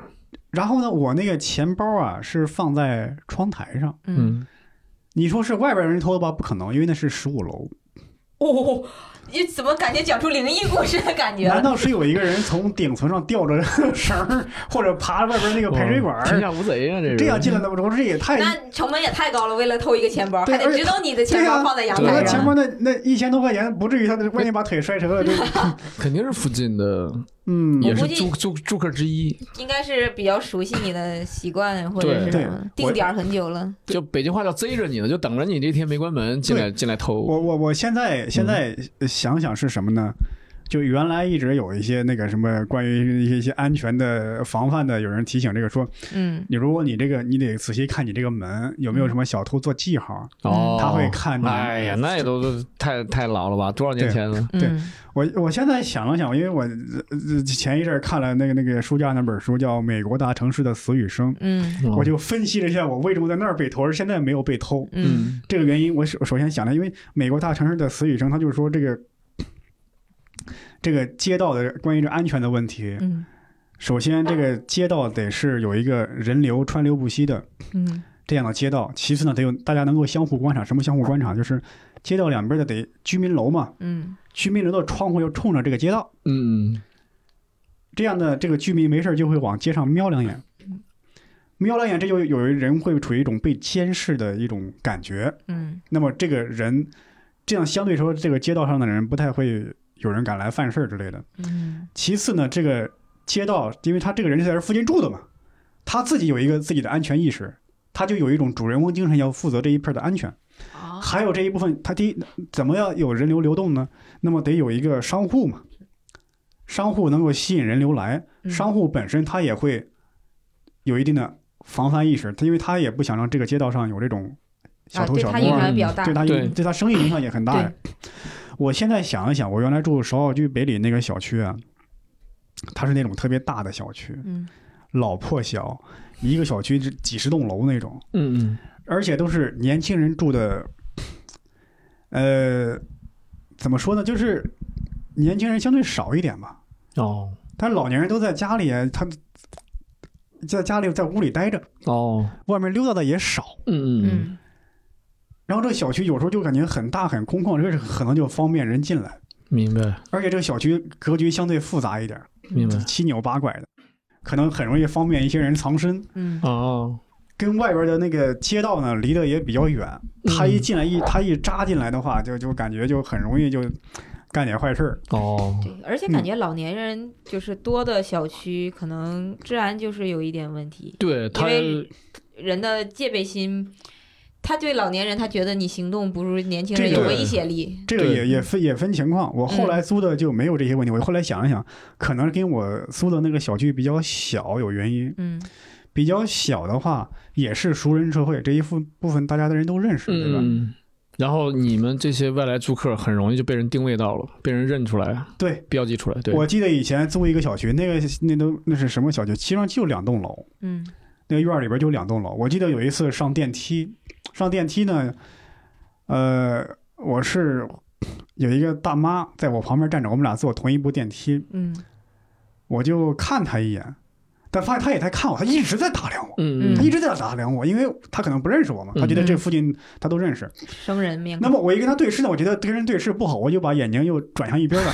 然后呢，我那个钱包啊是放在窗台上。
嗯，
嗯，
你说是外边人偷的吧？不可能，因为那是十五楼。
哦，你怎么感觉讲出灵异故事的 感觉
难
了？
道是有一个人从顶层上吊着绳儿，或者爬外边那个排水管
哦天
儿，
下无贼啊，这是
这样进来的吗？我说这也太
那成本也太高了，为了偷一个钱包，
对
还得
而且
知道你的
对
钱
呀，
包放在阳
我
对
的
台
啊
钱
上。
包那那一千多块钱，不至于他万一把腿摔折了就，
肯定是附近的，
嗯，
也
我
是
估计
住住住客之一。
应该是比较熟悉你的习惯或者是
对
什么，
对我
定点儿很久了。
就北京话叫贼着你呢，就等着你这天没关门进来进来偷。
我我我现在
嗯
现在想想是什么呢？就原来一直有一些那个什么关于一些一些安全的防范的，有人提醒这个说，
嗯
你如果你这个你得仔细看你这个门有没有什么小偷做记号。
哦，
嗯他会看你
哎呀，那也都是太太老了吧？多少年前了？
对
嗯
我我现在想了想，因为我呃前一阵儿看了那个那个书架那本书叫《美国大城市的死与生》，
嗯
我就分析了一下我为什么在那儿被偷，而现在没有被偷。
嗯
这个原因，我首首先想了，因为美国大城市的死与生，它就是说这个这个街道的关于这安全的问题，
嗯
首先这个街道得是有一个人流川流不息的
嗯
这样的街道，其次呢得有大家能够相互观察，什么相互观察就是街道两边的得居民楼嘛，
嗯
居民楼的窗户要冲着这个街道，
嗯，
这样的这个居民没事儿就会往街上瞄两眼。瞄两眼，这就有人会处于一种被监视的一种感觉。
嗯
那么这个人，这样相对说，这个街道上的人不太会有人敢来犯事儿之类的。
嗯
其次呢，这个街道，因为他这个人是在这附近住的嘛，他自己有一个自己的安全意识，他就有一种主人翁精神，要负责这一片儿的安全。
啊
还有这一部分，他第一怎么要有人流流动呢？那么得有一个商户嘛，商户能够吸引人流来，
嗯
商户本身他也会有一定的防范意识，他因为他也不想让这个街道上有这种小
啊，
偷
对
小摸、嗯
他影响也比较大
对。他
对
影对他生意影响也很大呀。我现在想一想，我原来住首尔区北里那个小区啊，它是那种特别大的小区，
嗯
老破小，一个小区是几十栋楼那种，
嗯嗯，
而且都是年轻人住的。呃，怎么说呢？就是年轻人相对少一点吧，
哦
但老年人都在家里，他在家里在屋里待着，
哦，
外面溜达的也少。
嗯嗯
嗯
然后这个小区有时候就感觉很大很空旷，这是可能就方便人进来。
明白
而且这个小区格局相对复杂一点，
明白
七扭八拐的，可能很容易方便一些人藏身。
嗯
哦，
跟外边的那个街道呢离得也比较远，他一进来一他一扎进来的话，就就感觉就很容易就干点坏事儿。
哦，
对，而且
嗯
感觉老年人就是多的小区，可能治安就是有一点问题，
对
因
他，
为人的戒备心，他对老年人，他觉得你行动不如年轻人
这
有
个
威胁力。
这个
对嗯
也也分也分情况。我后来租的就没有这些问题。我后来想一想，可能跟我租的那个小区比较小有原因。
嗯，
比较小的话，也是熟人社会这一部部分，大家的人都认识，对吧？
嗯，然后你们这些外来租客很容易就被人定位到了，被人认出来，
对，
标记出来，对，
我记得以前租一个小区，那个那都那是什么小区？其实上就两栋楼，
嗯，
那个院儿里边就两栋楼。我记得有一次上电梯，上电梯呢，呃，我是有一个大妈在我旁边站着，我们俩坐同一部电梯，
嗯，
我就看她一眼，但发现她也在看我，她一直在打量我。
嗯
她
嗯
一直在打量我，因为她可能不认识我嘛，她觉得这附近她都认识。
生人面
那
孔，
么我一跟她对视呢，我觉得跟人对视不好，我就把眼睛又转向一边 了。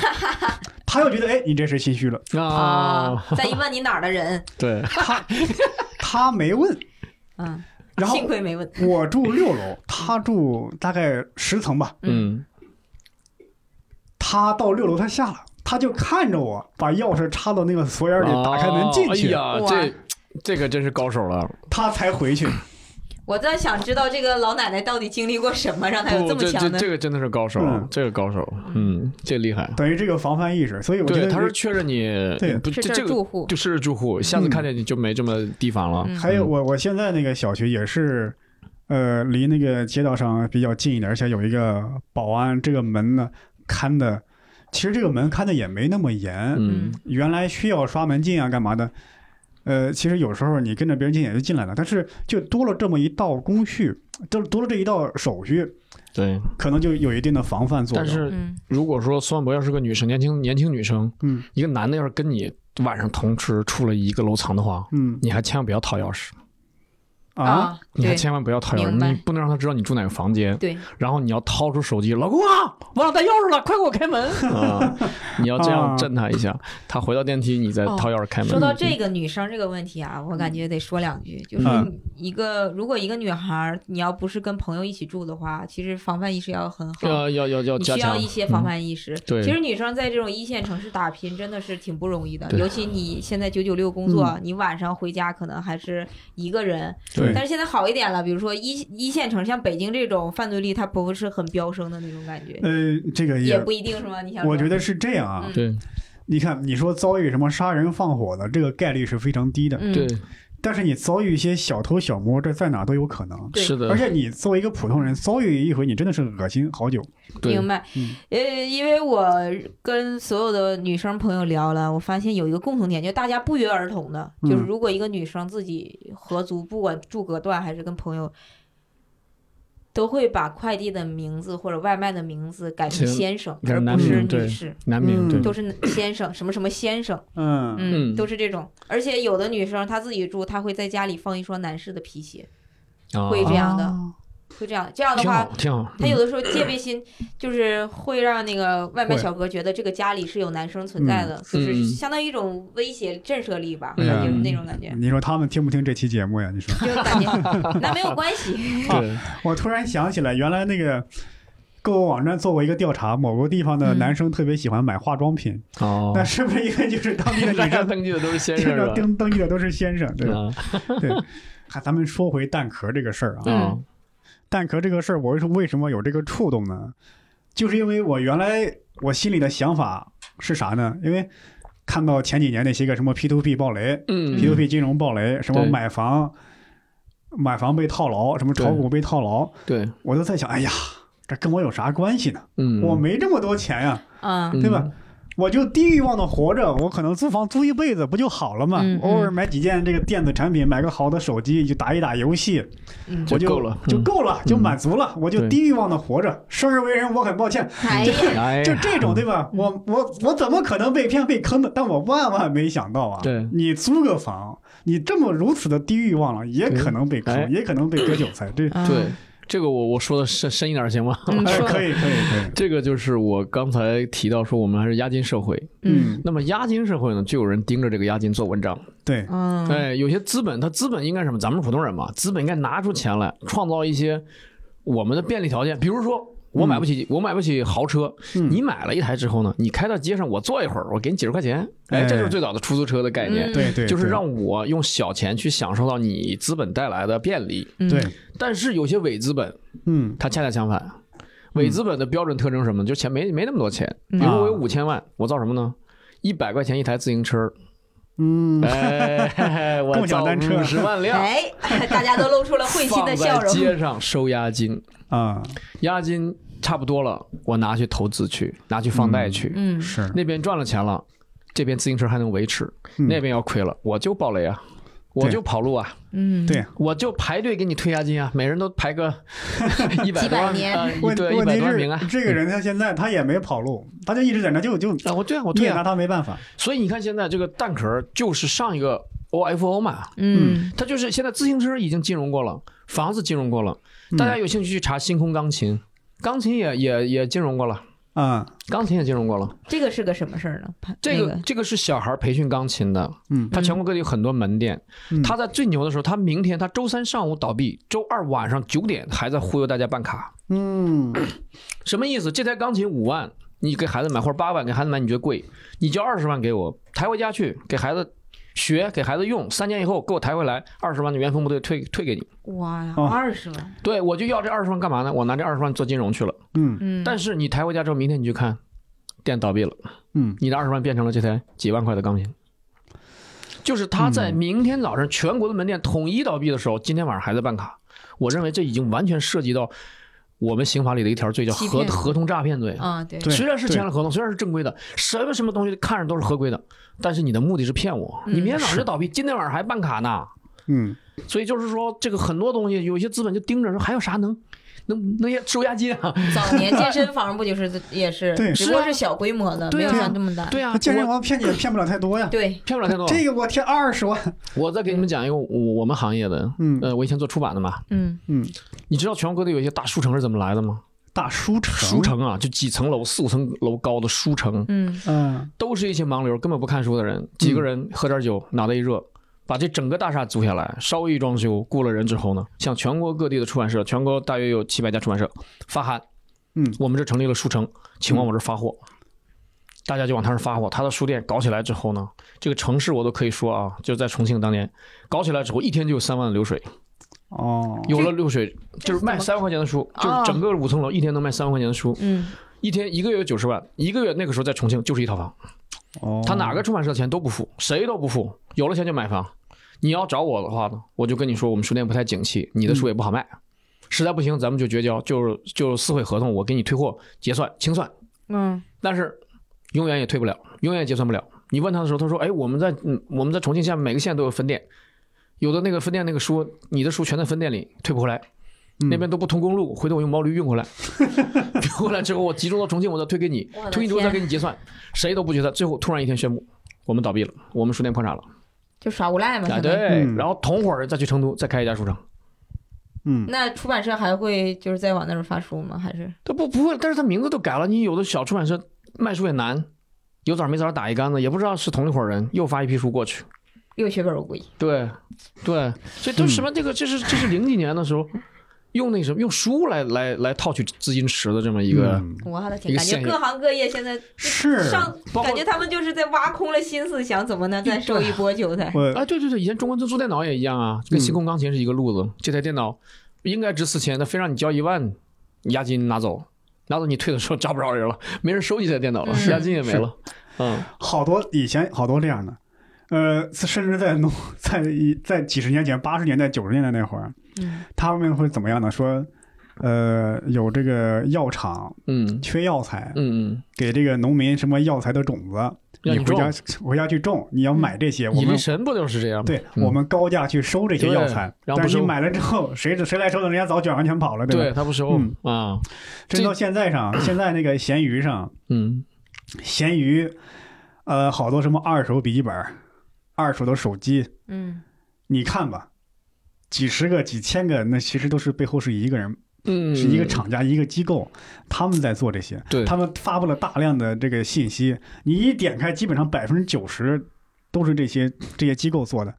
她又觉得，哎，你这是心虚了。
嗯
啊
啊，，
再一问你哪儿的人，
对，
他他没问，
嗯，
然后
幸亏没问，
我住六楼，他住大概十层吧。
嗯，
他到六楼，他下了，他就看着我把钥匙插到那个锁眼里，打开门进去，
哦
哇
哎呀，这这个真是高手了，
他才回去。
我在想知道这个老奶奶到底经历过什么，让她有
不，
么
这
强
这
的
这个真的是高手
嗯，
这个高手，嗯，这厉害，
等于这个防范意识，所以我觉
对，
得
他是确认你
对
不
是
这
这
这
儿
个
住户，
就是住户，下次
嗯
看见你就没这么提防了。
嗯
还有我我现在那个小区也是，呃，离那个街道上比较近一点，而且有一个保安，这个门呢看的，其实这个门看的也没那么严，
嗯，
原来需要刷门禁啊，干嘛的？呃，其实有时候你跟着别人进也就进来了，但是就多了这么一道工序，就多了这一道手续，
对。
可能就有一定的防范作用。
但是
嗯，
如果说宋万博要是个女生，年轻年轻女生，
嗯
一个男的要是跟你晚上同时出了一个楼层的话，
嗯
你还千万不要掏钥匙，
啊，
你还
对
千万不要掏钥
明
匙，
白
你不能让他知道你住哪个房间，
对，
然后你要掏出手机，老公啊，忘了带钥匙了，快给我开门啊！ 你要这样震他一下，他回到电梯，你再掏钥匙开门。
说到这个女生这个问题啊，我感觉得说两句，就是
嗯
一个如果一个女孩儿你要不是跟朋友一起住的话，其实防范意识要很好。
要要要要
你
加
需要
强嗯
一些防范意识。
对
其实女生在这种一线城市打拼真的是挺不容易的，
对
尤其你现在九九六工作，你晚上回家可能还是一个人。
嗯
对
但是现在好一点了，比如说一一线城市，像北京这种犯罪率它不是很飙升的那种感觉，
呃，这个
也
也，
不一定是吗？你想说，
我觉得是这样啊
嗯。
对
你看，你说遭遇什么杀人放火的，这个概率是非常低的，
嗯，
对
但是你遭遇一些小偷小摸，这在哪都有可能。
对
是的，
而且你作为一个普通人，遭遇一回，你真的是恶心好久。
对
明白
嗯，
呃，因为我跟所有的女生朋友聊了，我发现有一个共同点，就大家不约而同的，
嗯
就是如果一个女生自己合租，不管住隔断还是跟朋友，都会把快递的名字或者外卖的名字改成
行
先生，
改
而
成男
不是
名对
女士，
难免
嗯
对
都是先生，什么什么先生，
嗯
嗯，
嗯
都是这种。而且有的女生她自己住，她会在家里放一双男士的皮鞋，
啊
会这样的
啊
会这样，这样的
挺
话
好挺好。
他有的时候戒备心就是会让那个外卖小哥觉得这个家里是有男生存在的，就是相当于一种威胁震慑力吧，
嗯
感觉那种感觉，
你说他们听不听这期节目呀？你 说。
就感 觉那没有关系，
嗯对，
我突然想起来，原来那个购物网站做过一个调查，某个地方的
嗯
男生特别喜欢买化妆品，
哦
那，是不是因为就是当 地的
大
女
家
生
登记的都是先
这
生
个
是吧？
登登记的都是先生，对吧？
啊
看咱们说回蛋壳这个事儿啊，
啊
嗯
蛋壳这个事儿，我是为什么有这个触动呢？就是因为我原来我心里的想法是啥呢？因为看到前几年那些个什么 P to P 暴雷、
嗯
P to P 金融暴雷，什么
对
买房买房被套牢，什么炒
对
股被套牢，
对，
我都在想，哎呀，这跟我有啥关系呢？
嗯，
我没这么多钱呀、
嗯
嗯
对吧？我就低欲望的活着，我可能租房租一辈子不就好了嘛？
嗯嗯
偶尔买几件这个电子产品，买个好的手机，就打一打游戏，
嗯，
我
就
就
够了
就
嗯
够了，就满足了，我就
对
低欲望的活着。生而为人，我很抱歉，
哎呀，
哎，
就这种对吧？
嗯
我我我怎么可能被骗被坑的？但我万万没想到啊！
对
你租个房，你这么如此的低欲望了，也可能被
哎
坑，也可能被割韭菜，这
对，这个我我说的深深一点行吗？
嗯，
哎，
说
可以可以可以，
这个就是我刚才提到说我们还是押金社会，
嗯
那么押金社会呢，就有人盯着这个押金做文章。
对，
嗯
哎，有些资本，它资本应该什么？咱们普通人嘛，资本应该拿出钱来创造一些我们的便利条件，比如说。我买不起，我买不起豪车。
嗯
你买了一台之后呢，你开到街上，我坐一会儿，我给你几十块钱。哎，这就是最早的出租车的概念，
嗯
对对，
就是让我用小钱去享受到你资本带来的便利。
嗯
对，
但是有些伪资本，
嗯
它恰恰相反。伪资本的标准特征是什么呢？就钱没没那么多钱，比
嗯
如我有五千万，我造什么呢？一百块钱一台自行车，
嗯，
哎，我
共享
造
单车
五十万辆，
哎，大家都露出了 会心
放
的笑
在
容。
街上收押金，
啊
押金差不多了，我拿去投资去，拿去放贷去，
嗯，
是，
那边赚了钱了，这边自行车还能维持，
嗯
那边要亏了，我就暴雷啊。我就跑路啊！
嗯，
对
我就排队给你退押金啊！每人都 排个一百
几
多
百
万
年
啊，一
问
对一
问
百
题
多万名啊
是！这个人他现在他也没跑路，他就一直在那就就
啊，我对啊，我
你
对
也
啊
拿。他没办法，
所以你看，现在这个蛋壳就是上一个 OFO 嘛，
嗯
它就是现在自行车已经金融过了，房子金融过了，大家有兴趣去查星空钢琴，钢琴也也也金融过了，
啊
钢琴也金融过了。
这个是个什么事儿呢？潘
这
那
个这个是小孩培训钢琴的，
嗯
他全国各地有很多门店
嗯，
他在最牛的时候，他明天他周三上午倒闭，周二晚上九点还在忽悠大家办卡，
嗯
什么意思？这台钢琴五万，你给孩子买或者八万给孩子买，你觉得贵，你交二十万给我抬回家去给孩子学，给孩子用，三年以后给我抬回来，二十万就原封不动退退给你。
哇呀，
哦
二十万，
对我就要这二十万干嘛呢？我拿这二十万做金融去了。
嗯
嗯，
但是你抬回家之后，明天你去看，店倒闭了，
嗯
你的二十万变成了这台几万块的钢琴。就是他在明天早上全国的门店统一倒闭的时候，今天晚上还在办卡。我认为这已经完全涉及到我们刑法里的一条罪，叫
欺
合
骗
合同诈骗罪。
啊，对，
对
虽然是签了合同，虽然是正规的，什么什么东西看着都是合规的，但是你的目的是骗我，
嗯
你明天早上就倒闭，今天晚上还办卡呢。
嗯
所以就是说，这个很多东西，有一些资本就盯着说还有啥能能能收押金啊？
早年健身房不就是 也是，
对
只不过
是啊
是小规模的，
对
没
啊
有像这么大。
对啊，啊
他健身
我哦
房骗你也骗不了太多呀，
对，
骗不了太多。
这个我天二十万，
我再给你们讲一个我我们行业的，
嗯
呃，我以前做出版的嘛，
嗯
嗯，
你知道全国各地有一些大书城是怎么来的吗？
大书城，
书，城啊，就几层楼、四五层楼高的书城，
嗯
嗯
都是一些盲流，根本不看书的人，几个人喝点酒，
嗯
脑袋一热，把这整个大厦租下来，稍微一装修，雇了人之后呢，向全国各地的出版社，全国大约有七百家出版社发函，
嗯
我们这成立了书城，请往我这儿发货，大家就往他这儿发货。他的书店搞起来之后呢，这个城市我都可以说啊，就在重庆当年搞起来之后，一天就有三万的流水，
哦，
有了流水就是卖
这是
三万块钱的书，
啊
就是整个五层楼一天能卖三万块钱的书，
嗯，
一天一个月有九十万，一个月那个时候在重庆就是一套房。
哦
他哪个出版社的钱都不付，谁都不付，有了钱就买房。你要找我的话呢，我就跟你说，我们书店不太景气，你的书也不好卖，
嗯
实在不行咱们就绝交，就是就是撕毁合同，我给你退货、结算、清算，
嗯
但是永远也退不了，永远也结算不了。你问他的时候，他说：“哎，我们在嗯我们在重庆县每个县都有分店，有的那个分店那个书，你的书全在分店里，退不回来，
嗯
那边都不通公路，回头我用毛驴运回来，运回来之后我集中到重庆，我再退给你
我的，
退给你之后再
天啊
给你结算，谁都不结算。最后突然一天宣布，我们倒闭了，我们书店破产了。
就耍无赖嘛，
啊，
相当于。
对
嗯，
然后同伙儿再去成都再开一家书城，
嗯
那出版社还会就是再往那儿发书吗？还是
他不不会，但是他名字都改了，你有的小出版社卖书也难，有枣没枣打一竿子，也不知道是同一伙人，又发一批书过去。
又血本无归？
对，对，所以都是什么？这个这是这是零几年的时候，用那什么用书来来来套取资金池的这么一个，
嗯
我的天，
一个
感觉
现
各行各业现在
是
上，
包括
感觉他们就是在挖空了心思，想怎么能再收一波韭菜。
我
哎，对对对，以前中关村租电脑也一样啊，跟
嗯
星空钢琴是一个路子。这台电脑应该值四千，他非让你交一万押金拿走，拿走你退的时候找不着人了，没人收你这台电脑了，
是
押金也没
是
了。嗯，
好多以前好多这样的。呃，甚至在农 在一在几十年前，八十年代、九十年代那会儿，
嗯
他们会怎么样呢？说，呃，有这个药厂
嗯
缺药材，
嗯嗯，
给这个农民什么药材的种子，你
让你
回家
种，
回家去种，你要买这些，我
以为
们
神不就是这样吗？
对、
嗯
我们高价去收这些药材，
对然后不
但是你
收
买了之后，谁谁来收的，人家早卷完全跑了，吧？
对他不收
嗯
啊，
真到现在上，现在那个闲鱼上，
嗯，
闲鱼，呃，好多什么二手笔记本、二手的手机，
嗯，
你看吧，几十个、几千个，那其实都是背后是一个人
嗯，
是一个厂家、一个机构，他们在做这些，
对
他们发布了大量的这个信息，你一点开，基本上百分之九十都是这些这些机构做的。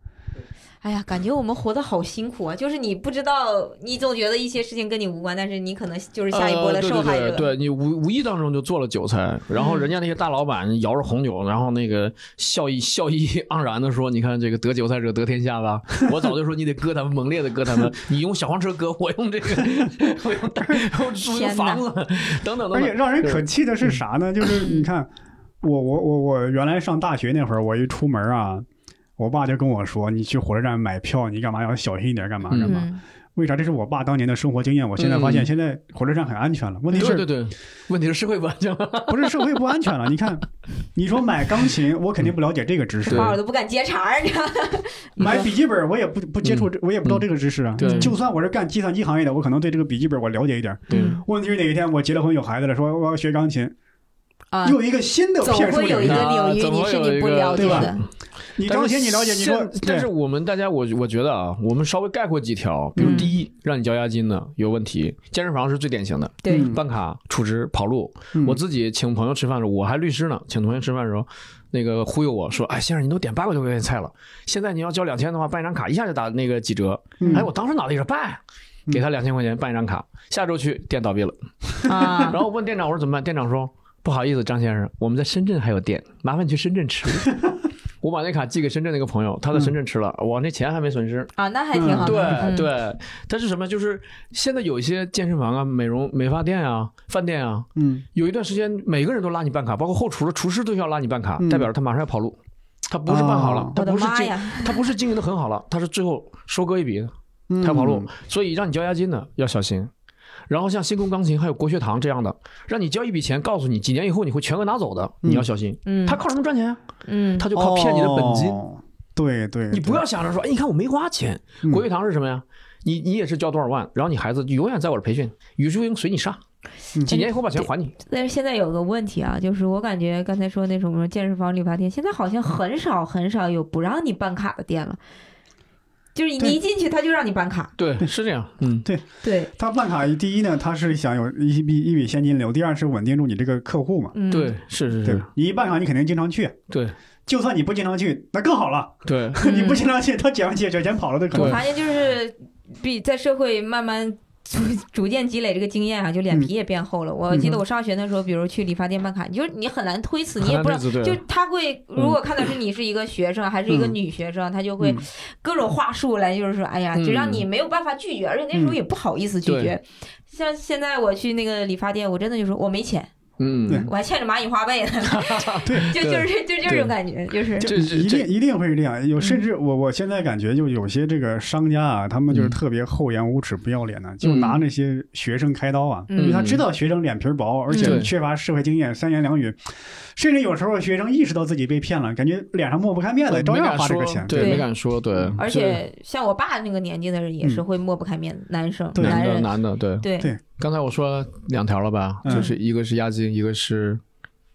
哎呀，感觉我们活得好辛苦啊！就是你不知道，你总觉得一些事情跟你无关，但是你可能就是下一波的受害者。嗯
呃、对对对对你无无意当中就做了韭菜，然后人家那些大老板摇着红酒，然后那个笑意笑意盎然的说：“你看这个得韭菜者得天下吧。”我早就说你得割他们，猛烈的割他们，你用小黄车割，我用这个，我用大我用
天哪
房子，等等等
而且
等。
让人可气的
嗯
是啥呢？就是你看，我我我我原来上大学那会儿，我一出门啊，我爸就跟我说：“你去火车站买票，你干嘛要小心一点，干嘛干嘛。
嗯，
为啥？这是我爸当年的生活经验。我现在发现，
嗯
现在火车站很安全了。问题
对
是
对，对，问题是社会不啊安全吗？
不是社会不安全了？你看，你说买钢琴，我肯定不了解这个知识
对；
话我都不敢接茬儿，你知道吗？
买笔记本，我也不不接触这，我也不知道这个知识啊。
嗯对
就算我是干计算机行业的，我可能对这个笔记本我了解一点。
对
嗯
问题是哪一天我结了婚有孩子了，说我要学钢琴，
啊，
又一个新的
总
骗术
会有一
领域
个
啊
领域
总
你
会
是
有
你
一
不
个
了解
对吧
的。
你钢琴你了解，你说
但是现但是
对
我们大家，我我觉得啊，我们稍微概括几条，比如
嗯
第一，让你交押金的有问题，健身房是最典型的，
对，
嗯
办卡、储值、跑路。
嗯
我自己请朋友吃饭的时候，我还律师呢，请同学吃饭的时候，那个忽悠我说：“哎，先生，你都点八块多块钱菜了，现在你要交两千的话，办一张卡一下就打那个几折。
嗯
哎，我当时脑袋一热，办。给他两千块钱办一张卡，下周去店倒闭了。
啊
然，后我问店长我说怎么办，店长说不好意思，张先生，我们在深圳还有店，麻烦你去深圳吃。我把那卡寄给深圳那个朋友，他在深圳吃了，我那钱还没损失。
啊，那还挺好
对、
的。嗯，
对，但是什么？就是现在有一些健身房啊、美容美发店啊、饭店啊，
嗯
有一段时间每个人都拉你办卡，包括后厨的厨师都要拉你办卡，
嗯
代表着他马上要跑路，他不是办好了，
哦
他
我的
不是
妈
经
呀！
他不是经营的很好了，他是最后收割一笔的，
嗯
他要跑路，所以让你交押金的要小心。然后像星空钢琴还有国学堂这样的，让你交一笔钱，告诉你几年以后你会全额拿走的，
嗯
你要小心。
嗯，
他靠什么赚钱啊？
嗯，
他就靠骗你的本金。
哦对对，
你不要想着说，哎，你看我没花钱。
嗯
国学堂是什么呀？你你也是交多少万，然后你孩子永远在我这培训，语数英随你上，
嗯
几年以后把钱还你。
但是现在有个问题啊，就是我感觉刚才说那种什么健身房、理发店，现在好像很少很少有不让你办卡的店了。就是你
对
一进去，他就让你办卡。
对，是这样。嗯，
对，
他办卡，第一呢，他是想有一笔一笔现金流；第二是稳定住你这个客户嘛。
嗯，
对，是是
对
是，
吧，你一办卡，你肯定经常去。
对
就算你不经常去，那更好了。
对。
嗯
你不经常去，他捡完钱卷钱跑了，都可
我
能。
发现就是比在社会慢慢逐逐渐积累这个经验啊，就脸皮也变厚了。我记得我上学的时候，比如去理发店办卡，你就是你很难推辞，你也不知道。
道
就他会，如果看到是你是一个学生还是一个
嗯
女学生，他就会
嗯
各种话术来，就是说，哎呀，
嗯
就让你没有办法拒绝，而且那时候也不好意思拒绝。像现在我去那个理发店，我真的就说我没钱，
对
嗯，
我还欠着蚂蚁花呗呢，
对
就就是就就这种感觉，就是
就
这这
一
这
定一定会是这样，有甚至我我现在感觉就有些这个商家啊，他们就是
嗯
特别厚颜无耻、不要脸的，就
嗯
拿那些学生开刀啊，
嗯
因为他知道学生脸皮薄，而且
嗯对
缺乏社会经验，三言两语，甚至有时候学生意识到自己被骗了，感觉脸上抹不开面子，照
没
样
敢
花这
说
个，钱。
对，
对
没敢说，对，
嗯而且像我爸那个年纪的人也是会抹不开面子，男生
对
男
男的
人
男的，嗯对。
对
对
刚才我说两条了吧，
嗯
就是一个是押金，一个是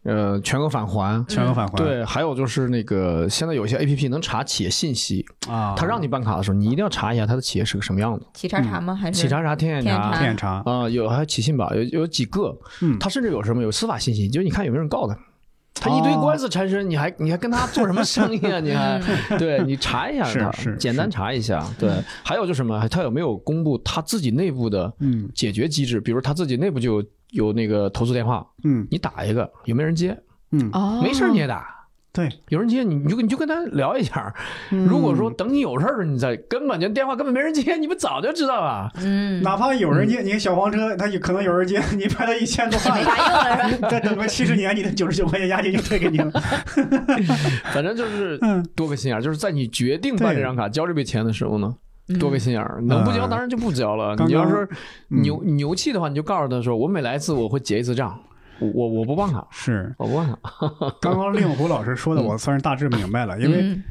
呃全额返还。
全额返还。
对，还有就是那个，现在有些 A P P 能查企业信息，
啊，
他让你办卡的时候，你一定要查一下他的企业是个什么样的，
企查查吗？还是
企查查、天眼
哎天
查
眼
骗查，
啊，有还有企信吧，有有几个，
嗯，
他甚至有什么有司法信息，就是你看有没有人告他，他一堆
哦
官司缠身，你还你还跟他做什么生意啊？你还 对你查一下
是
他
是，
简单
是
查一下。对，还有就是什么，他有没有公布他自己内部的
嗯
解决机制？比如他自己内部就有有那个投诉电话，
嗯
你打一个有没有人接？
嗯，
哦，
没事儿你也打。
对，嗯
有人接你，你就你就跟他聊一下。如果说等你有事儿，你再根本就电话根本没人接，你不早就知道啊？
嗯，
哪怕有人接，你看小黄车，他有可能有人接，你拍他一 千多
也
万
没。啥用了，是吧？
再等个七十年，你的九十九块钱押金就退给 你了。
反正就是
嗯，
多个心眼儿，就是在你决定
对嗯
办这张卡、交这笔钱的时候呢，
嗯
多个心眼儿，能不交当然就不交了。
刚刚
你要是
嗯
牛牛气的话，你就告诉他说，我每来一次我会结一次账，我我我不办卡，
是，
我不办卡。
刚刚令狐老师说的，我算是大致明白了。因为
嗯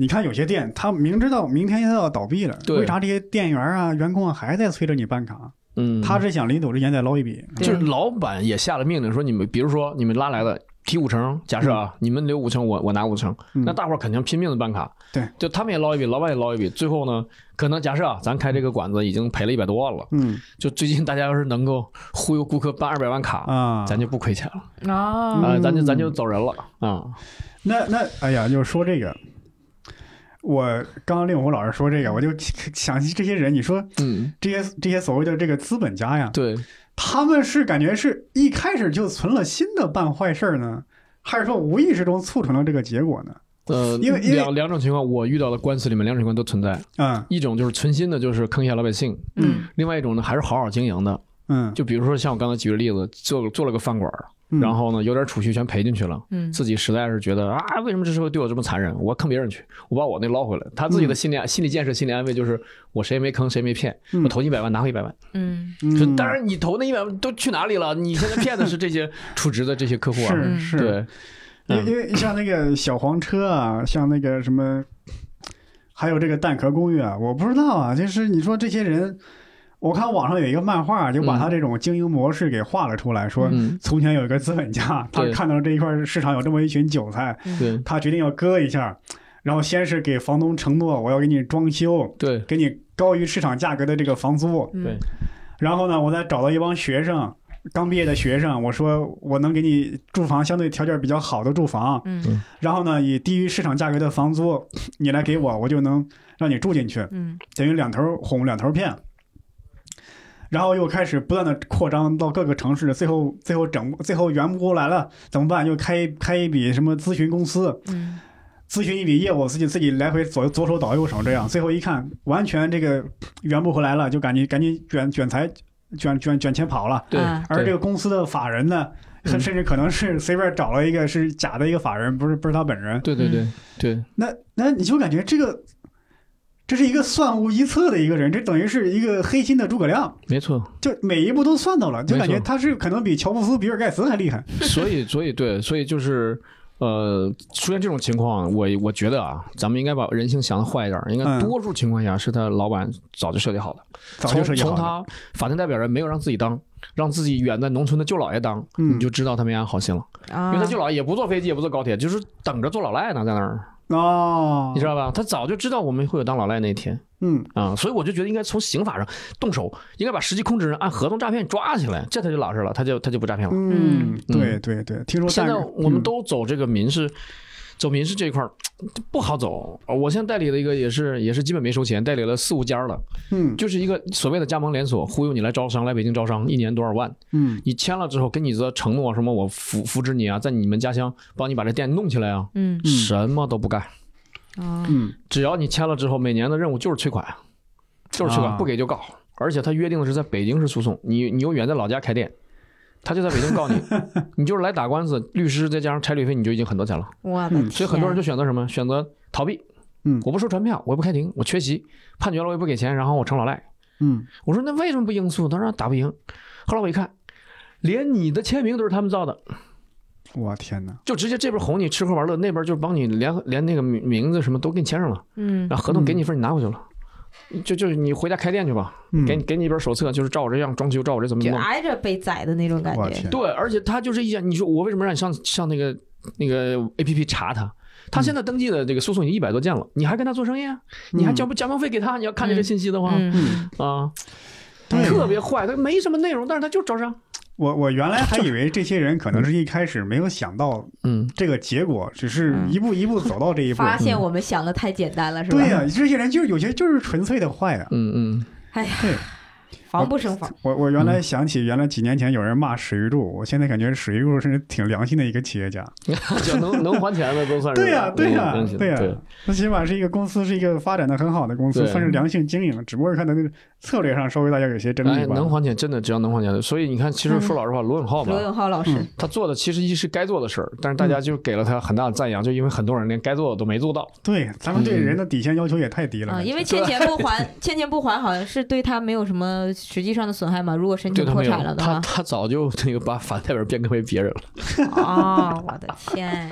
你看，有些店他明知道明天就要倒闭了，
对
为啥这些店员啊、员工啊还在催着你办卡？
嗯，
他是想临走之前再捞一笔。
对
就是老板也下了命令说，你们比如说你们拉来的提五成，假设啊，你们留五成，我我拿五成，
嗯
那大伙儿肯定拼命的办卡，
对，
就他们也捞一笔，老板也捞一笔，最后呢，可能假设啊，咱开这个馆子已经赔了一百多万了，
嗯
就最近大家要是能够忽悠顾客办二百万卡，
啊，
咱就不亏钱了
啊
啊、
嗯
咱就咱就走人了啊、
那那哎呀，就说这个，我刚刚令狐老师说这个，我就想起这些人，你说
嗯，
这些这些所谓的这个资本家呀，
对，
他们是感觉是一开始就存了心的办坏事儿呢，还是说无意识中促成了这个结果呢？
呃，
因为因为
两两种情况，我遇到的官司里面两种情况都存在，
嗯
一种就是存心的，就是坑一下老百姓；
嗯
另外一种呢，还是好好经营的，
嗯
就比如说像我刚才举的例子，做做了个饭馆儿，
嗯，
然后呢，有点储蓄全赔进去了。
嗯
自己实在是觉得啊，为什么这社会对我这么残忍？我坑别人去，我把我那捞回来。他自己的心理、心理建设、心理安慰就是我谁也没坑，谁没骗，
嗯
我投一百万拿回一百万。
嗯
是
嗯，
当然你投那一百万都去哪里了？你现在骗的是这些 储值的这些客户啊，
是
嗯
是，
对，
因因 为像那个小黄车啊，像那个什么，还有这个蛋壳公寓啊，我不知道啊，就是你说这些人，我看网上有一个漫画，就把他这种经营模式给画了出来，说
嗯，
从前有一个资本家，他
对
看到这一块市场有这么一群韭菜，
嗯
对
他决定要割一下，然后先是给房东承诺我要给你装修，
对
给你高于市场价格的这个房租，
嗯
对
然后呢，我再找到一帮学生。刚毕业的学生，我说我能给你住房相对条件比较好的住房，
嗯
然后呢，以低于市场价格的房租，你来给我，我就能让你住进去，
嗯
等于两头哄，两头骗。然后又开始不断的扩张到各个城市，最后最后整最后圆不过来了，怎么办？又开开一笔什么咨询公司，
嗯
咨询一笔业务，自己自己来回左左手倒右手这样，最后一看完全这个圆不回来了，就赶紧赶紧卷卷财卷卷卷钱跑了。
对
啊，
而这
对
个公司的法人呢，
嗯
甚至可能是随便找了一个是假的一个法人，不是不是他本人。
对对
嗯
对对，
那那你就感觉这个，这是一个算无一策的一个人，这等于是一个黑心的诸葛亮，
没错。
就每一步都算到了，就
没
感觉
错
他是可能比乔布斯、比尔盖茨还厉害。
所以，所以对，所以就是。呃，出现这种情况，我我觉得啊，咱们应该把人性想的坏一点儿。应该
嗯
多数情况下是他老板早就设计好的，
早就设计
从
好
从
了，
他法定代表人没有让自己当，让自己远在农村的舅姥爷当，
嗯啊
你就知道他没安好心了。因为他舅姥爷也不坐飞机，也不坐高铁，就是等着做老赖呢，在那儿，
哦，
你知道吧？他早就知道我们会有当老赖那一天
嗯，
啊、所以我就觉得应该从刑法上动手，应该把实际控制人按合同诈骗抓起来，这他就老实了，他就他就不诈骗了。
嗯
嗯
对对对，听说嗯
现在
下个
我们都走这个民事，走民事这一块儿嘖不好走。呃我现在代理了一个，也是也是基本没收钱，代理了四五家了，
嗯
就是一个所谓的加盟连锁，忽悠你来招商，来北京招商，一年多少万，
嗯
你签了之后跟你的承诺什么，我扶扶持你啊，在你们家乡帮你把这店弄起来啊，
嗯
嗯
什么都不干，
啊
嗯
只要你签了之后，每年的任务就是催款，啊就是催款，
啊
不给就告。而且他约定的是在北京市诉讼，你你又远在老家开店，他就在北 京告你，你就是来打官司，律师再加上差旅费，你就已经很多钱了。
我的
嗯
天，
所以很多人就选择什么？选择逃避。
啊嗯
我不收传票，我也不开庭，我缺席，判决了我也不给钱，然后我成老赖。
嗯
我说那为什么不应诉？他说打不赢。后来我一看，连你的签名都是他们造的，
嗯，我天哪，
就直接这边哄你吃喝玩乐，那边就帮你连连那个名名字什么都给你签上了，
嗯
然后合同给你一份，你拿回去了。就就是你回家开店去吧，
嗯
给你给你一本手册，就是照我这样装修，照我这怎么
就
怎么弄。
挨着被宰的那种感
我
觉，
天，
对，而且他就是一样，你说我为什么让你上上那个那个 A P P 查他？
嗯
他现在登记的这个诉讼已经一百多件了，你还跟他做生意啊？你还交不加盟费给他？你要看这个信息的话，
嗯
啊，
对
特别坏，他没什么内容，但是他就招商。
我我原来还以为这些人可能是一开始没有想到
嗯，
这个结果，只是
嗯
一步一步走到这一步。
发现我们想的太简单了，是吧？
对呀、这些人就是有些就是纯粹的坏呀、
嗯 嗯，
哎呀
对，
防不胜防。
我我原来想起，原来几年前有人骂史玉柱，我现在感觉史玉柱是挺良心的一个企业家。
就能能还钱的都算是
对呀，对呀
嗯嗯，
对呀，他起码是一个公司，是一个发展的很好的公司，
对
算是良性经营。只不过看他那个策略上稍微大家有些争
哎
议，吧。
能还钱真的只要能还钱的，所以你看，其实说老实话，罗永浩
嗯
吧
罗，永浩老师，
嗯
他做的其实一是该做的事儿，但是大家就给了他很大的赞扬，就因为很多人连该做的都没做到。
对，咱们对人的底线要求也太低了。
啊，
感觉
因为欠钱不还，欠钱不还好像是对他没有什么实际上的损害嘛。如果申
对
请
他
破
没有
产了，的
他
话，
他早就那个把反代表变更为别人了。
啊，我的天，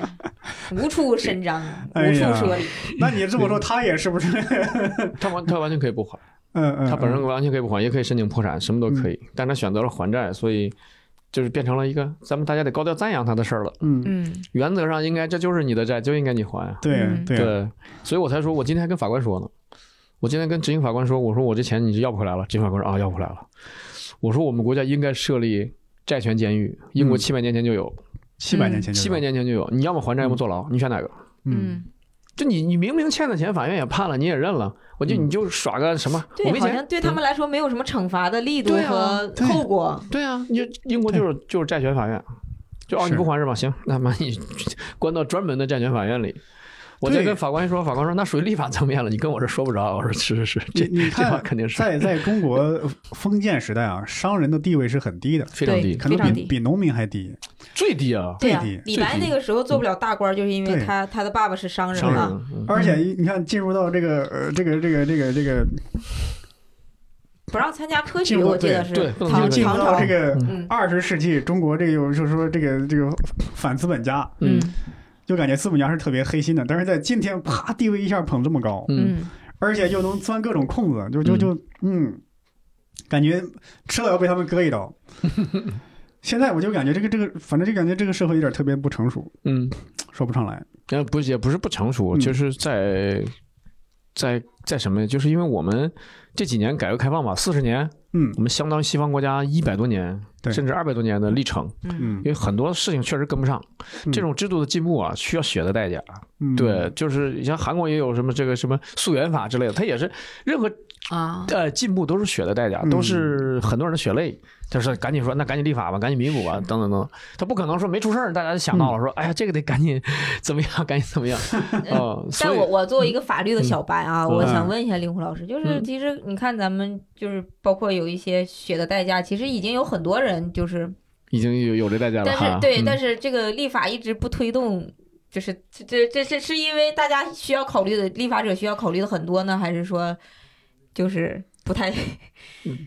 无处伸张，啊
哎
无处
呀
说理。
那你这么说，他也是不是？
他完他完全可以不还，
嗯嗯，
他本身
嗯
嗯
完全可以不还，也可以申请破产，什么都可以，但他选择了还债，所以。就是变成了一个咱们大家得高调赞扬他的事儿了。
嗯，
嗯，
原则上应该这就是你的债，就应该你还啊。
对
嗯
对，
所以我才说，我今天还跟法官说呢，我今天跟执行法官说，我说我这钱你是要不回来了。执行法官说啊，要不回来了。我说我们国家应该设立债权监狱，英
嗯
国七百年前就有，
七百年前就有
七百，年前就有，你要么还债，要么坐牢，你选哪个？
嗯，
嗯，
就你你明明欠的钱，法院也判了，你也认了，我就
嗯
你就耍个什么？我
对，
没
好
钱
像。对他们来说没有什么惩罚的力度
对啊
和
对
后果。
对啊，你就英国就是就是债权法院，就哦
是
你不还是吧？行，那把你关到专门的债权法院里。我就
对
跟法官说，法官说那属于立法层面了，你跟我这说不着。我说是是是，这
你你
这话
看，
肯定是
在在中国封建时代啊，商人的地位是很低的，
非常
对
低，
可能
非常
比
低
比农民还低。
嗯最低啊，
对
最
啊
低，
李白
最低
那个时候做不了大官，就是因为
对
他他的爸爸是商人
商
嘛。
嗯
而且你看，进入到这个呃这个这个这个这个，
不让参加科
进
举，
入
我记
对
得是
对不能
唐
进入
唐朝
到这。个
嗯
二十世纪中国这个有就是说这个这个反资本家，
嗯
嗯
就感觉资本家是特别黑心的，但是在今天啪地位一下捧这么高，
嗯，
嗯，
而且又能钻各种空子，就就就嗯，感觉迟早要被他们割一 刀。现在我就感觉这个这个，反正就感觉这个社会有点特别不成熟，
嗯，
说不上来。
呃，不是也不是不成熟，
嗯
就是在在在什么呀？就是因为我们这几年改革开放吧，四十年，
嗯
我们相当于西方国家一百多年，
对
甚至二百多年的历程，
嗯
因为很多事情确实跟不上
嗯。
这种制度的进步啊，需要血的代价。
嗯，
对，就是你像韩国也有什么这个什么溯源法之类的，它也是任何
啊，
呃进步都是血的代
嗯
价，都是很多人的血泪。他说赶紧说，那赶紧立法吧，赶紧弥补吧，等等等等。他不可能说没出事儿，大家就想
嗯
到了说，哎呀，这个得赶紧怎么样， 赶紧怎么 样。哦，所
但我
以
我作为一个法律的小白啊，
嗯
我
嗯
想问一下令狐老师，就是
嗯
其实你看咱们就是包括有一些血的代价，其实已经有很多人就是，
已经有有这代价了
但
哈
是。对，
嗯
但是这个立法一直不推动，就是这这这这是因为大家需要考虑的，立法者需要考虑的很多呢，还是说就是不太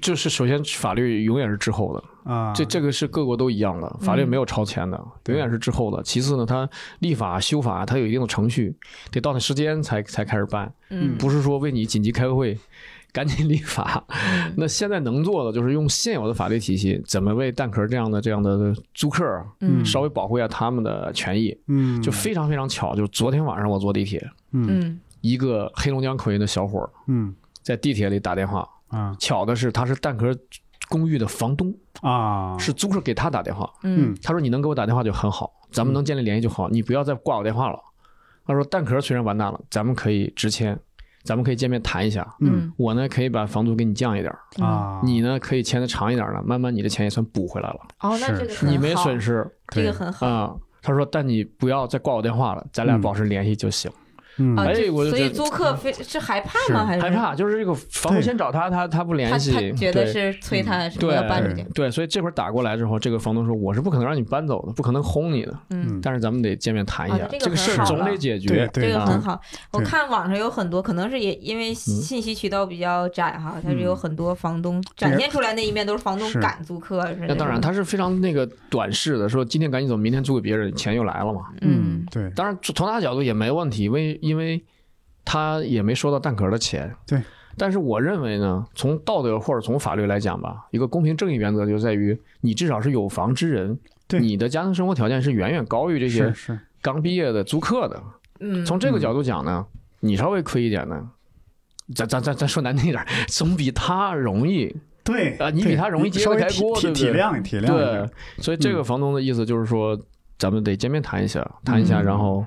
就是首先法律永远是滞后的，
啊，
这这个是各国都一样的，
嗯
法律没有超前的，
对
永远是滞后的。其次呢，它立法修法它有一定的程序，得到那时间才才开始办，
嗯
不是说为你紧急开个会，赶紧立法。
嗯
那现在能做的就是用现有的法律体系，怎么为蛋壳这样的这样的租客
嗯
稍微保护一下他们的权益，
嗯
就非常非常巧，就是昨天晚上我坐地铁，
嗯
嗯
一个黑龙江口音的小伙儿
嗯
在地铁里打电话，
啊
巧的是他是蛋壳公寓的房东，
啊
是租客给他打电话。
嗯
他说你能给我打电话就很好，咱们能建立联系就好，你不要再挂我电话了。他说蛋壳虽然完蛋了，咱们可以直签，咱们可以见面谈一下。
嗯
我呢可以把房租给你降一点儿，
啊，
你呢可以签的长一点儿呢，慢慢你的钱也算补回来了，
哦，那
是
这个
是
很
你没
好
损失
这
对
个很好。
啊。他说：“但你不要再挂我电话了，咱俩
嗯
保持联系就行。
嗯
啊，
哎
就
我就
所
觉
以
得
租客非是害怕啊
是
吗？还是
害怕就是这个房东
对
先找他，他他不
哎他
联系，
他觉得
对
是催他什么
对
要搬出去？
对，所以这会儿打过来之后，这个房东说：“我是不可能让你搬走的，不可能轰你的，
嗯
嗯，
但是咱们得见面谈一
啊
下，
这个
这个
很
事儿
好
总
了
得解
对
决。”
对
这个
对
很好。我
对
看网上有很多，可能是也因为信息渠道比较窄哈，它是有很多房东展现出来那一面都是房东
是
赶租客。啊是
那当然，
种
他是非常那个短视的，说今天赶紧走，明天租给别人，钱又来了嘛。
嗯
对
当然，从他的角度也没问题，因为因为他也没收到蛋壳的钱。
对。
但是我认为呢，从道德或者从法律来讲吧，一个公平正义原则就在于，你至少是有房之人，
对
你的家庭生活条件是远远高于这
是
些
是
刚毕业的租客的。
嗯，
从这个角度讲呢，你稍微亏一点呢，咱咱咱咱说难听一点，总比他容易。
对
啊你比
对
他容易揭
稍微
开
体
锅
体
对不
体
对
谅体谅一嗯
对
点，，
所以这个房东的意思就是说，咱们得见面谈一下，谈一下，
嗯
然后，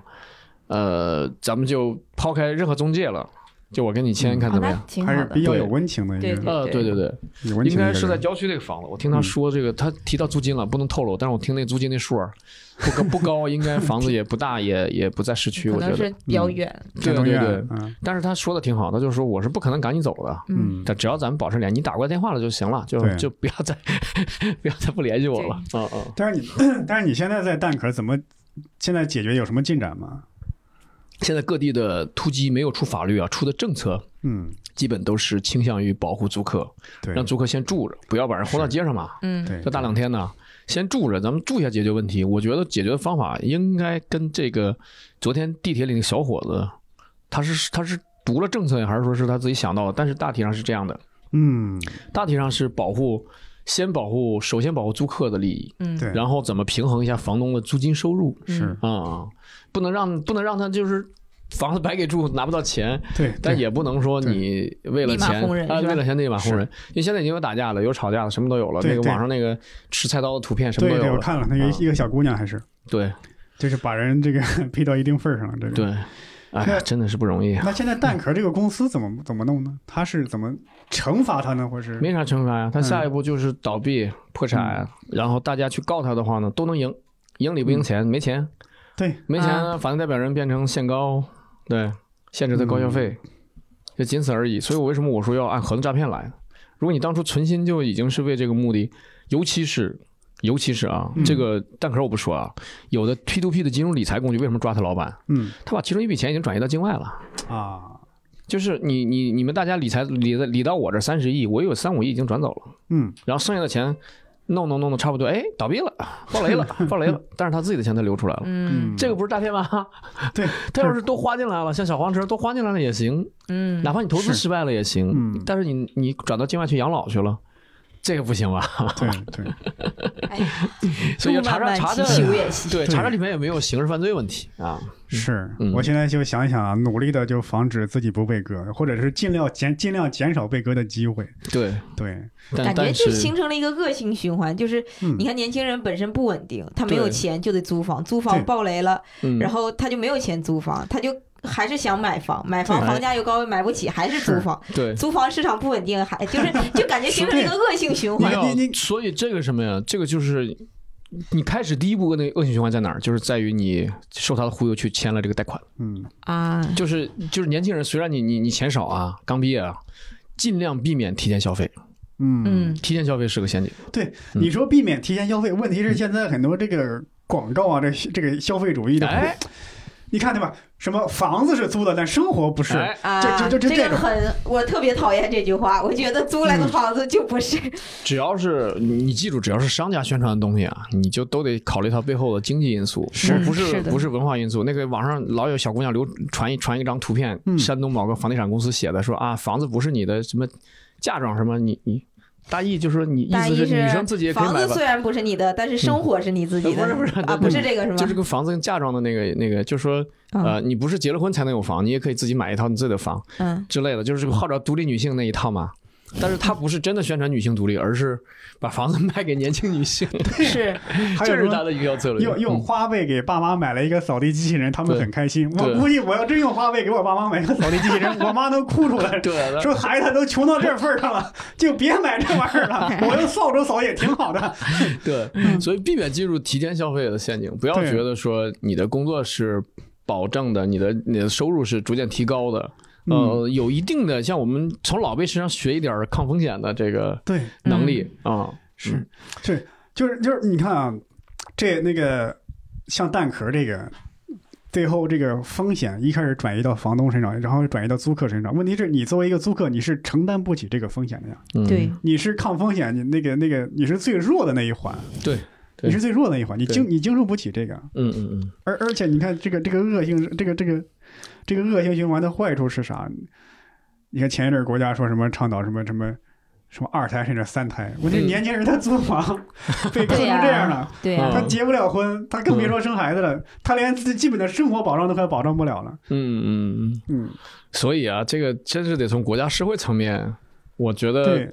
呃，咱们就抛开任何中介了，就我跟你签，
嗯
看
哦
怎么
那
样？
挺好
还是
的
比。较
对
有温情的一
对
个，
呃，对对对，
有温情
应
的一嗯
该
个
是在
人
郊区这个房子，我听他说这个，他提到租金了，不能透露，但是我听那租金那数儿不高不高，应该房子也不大，也也不在市区，
可
我觉
能
得，
是
嗯
比较远，
山
对
东
对
院
对，，
嗯
但是他说的挺好，他就说我是不可能赶你走的，
嗯，
嗯
但只要咱们保持联系，你打过来电话了就行了，就
对
就不要再 不要再不联系我了，嗯嗯。
但是你 但是你现在在蛋壳怎么现在解决有什么进展吗？
现在各地的突击没有出法律啊，出的政策
嗯，
基本都是倾向于保护租客，
对，
让租客先住着，不要把人轰到街上嘛。
嗯，
对
这大冷天呢，先住着，咱们住一下解决问题。我觉得解决的方法应该跟这个昨天地铁里那个小伙子，他是他是读了政策呀，还是说是他自己想到的？但是大体上是这样的，
嗯
大体上是保护先保护，首先保护租客的利益，
嗯，
对
然后怎么平衡一下房东的租金收入
是，
啊、不能让不能让他就是房子白给住拿不到钱，
对，
但
对
也不能说你为了
立
钱
马轰人
啊，
是吧
为了钱立马轰人，因为现在已经有打架了，有吵架了，什么都有了。
对
那个
对
网上那个持菜刀的图片什么都
对对，
有
我
了。
看了那个
啊
一个小姑娘还是，
对
就是把人这个 逼到一定份儿上了，这个。
对，哎呀，真的是不容易啊，
那现在蛋壳这个公司怎么怎么弄呢？他是怎么惩罚他呢？或是
没啥惩罚呀。他下一步就是倒闭、破
嗯
产，然后大家去告他的话呢，都能赢，赢理不赢钱，没钱，
对
没钱
啊，
法定代表人变成限高，对，限制他
嗯
高消费，就仅此而已。所以我为什么我说要按合同诈骗来呢？如果你当初存心就已经是为这个目的，尤其是尤其是啊，
嗯
这个蛋壳我不说啊，有的 P to P 的金融理财工具为什么抓他老板？
嗯
他把其中一笔钱已经转移到境外了。
啊
就是你你你们大家理财理的理到我这三十亿，我有三五亿已经转走了，
嗯
然后剩下的钱弄弄弄的差不多，哎，倒闭了，爆雷了，爆雷了， 但是他自己的钱他留出来了。
嗯
这个不是诈骗吗？
对，
他要是都花进来了，像小黄车都花进来了也行，
嗯，
哪怕你投资
是
失败了也行。
嗯
但是你你转到境外去养老去了，这个不行吧？
对对
所以要查
路
查
漫
查
漫
这
其修也稀。
对，查查里面有没有刑事犯罪问题啊？
是
嗯，
我现在就想一想啊，努力的就防止自己不被割，或者是尽量减尽量减少被割的机会。
对，
对，
但
感觉这
但是
形成了一个恶性循环，就是
嗯
你看年轻人本身不稳定，他没有
对
钱就得租房，租房
对
爆雷了，
嗯，
然后他就没有钱租房，他就还是想买房，买房
对
房价又高，买不起，还是租
是
房，
对。
租房市场不稳定，还 就是就感觉形成一个恶性循
你
环
没。有
你，你
所以这个什么呀？这个就是你开始第一步那恶性循环在哪儿？就是在于你受他的忽悠去签了这个贷款。
嗯
啊，
就是就是年轻人，虽然你你你钱少啊，刚毕业啊，尽量避免提前消费，
嗯
嗯，
提前消费是个陷阱。
对，
嗯
你说避免提前消费，问题是现在很多这个广告啊，这这个消费主义的，
哎，
你看对吧？什么房子是租的，但生活不是。
哎
啊，
就就就
这
这
个
种
很，我特别讨厌这句话。我觉得租
嗯
来的房子就不是，
只要是你你记住，只要是商家宣传的东西啊，你就都得考虑它背后的经济因素，
是
不
嗯
是
是的
不是文化因素。那个网上老有小姑娘流传一传一张图片，
嗯
山东某个房地产公司写的，说啊房子不是你的什么嫁妆什么，你你大意就是说你意
大
思
意
女生自己也可以
房
买
子
吧
虽。然不是你的，但是生活是你自己的，
呃不是不是
啊，不是这个是吗？
就是跟房子跟嫁妆的那个那个，就是说，呃，你不是结了婚才能有房，你也可以自己买一套你自己的房
嗯
之类的，就是号召独立女性那一套嘛。但是它不是真的宣传女性独立，而是把房子卖给年轻女性，
嗯，是
还有
这
什
是它
么？
的营销策略。
用用
嗯
花呗给爸妈买了一个扫地机器人，他们
对
很开心。我
对
估计我要真用花呗给我爸妈买 个扫地机器人，我妈都哭出来了。
对，啊然后
说孩子都穷到这份儿上了，就别买这玩意儿 了。我用扫帚扫也挺好的。
对，所以避免进入提前消费的陷阱。不要
嗯对
觉得说你的工作是保证的，你的你的收入是逐渐提高的。呃，
嗯
有一定的像我们从老辈身上学一点儿抗风险的这个
对，
能力啊，
是是，就是就是，你看啊，这那个像蛋壳这个，最后这个风险一开始转移到房东身上，然后转移到租客身上。问题是你作为一个租客，你是承担不起这个风险的呀，
嗯
对，
你是抗风险，你那个那个你是最弱的那一环，
对，
你
对
是最弱的那一环，你
对
经你经受不起这个。
嗯嗯嗯。
而而且你看这个这个恶性这个这个这个恶性循环的坏处是啥？你看前一阵儿国家说什么倡导什么什么什么二胎甚至三胎，我这
嗯
年轻人他租房 被坑成这样了，
对啊呀、
嗯
他结不了婚，他更别说生孩子了，他连自己基本的生活保障都快保障不了了。
嗯嗯，嗯，
嗯，
所以啊，这个真是得从国家社会层面，我觉得
对，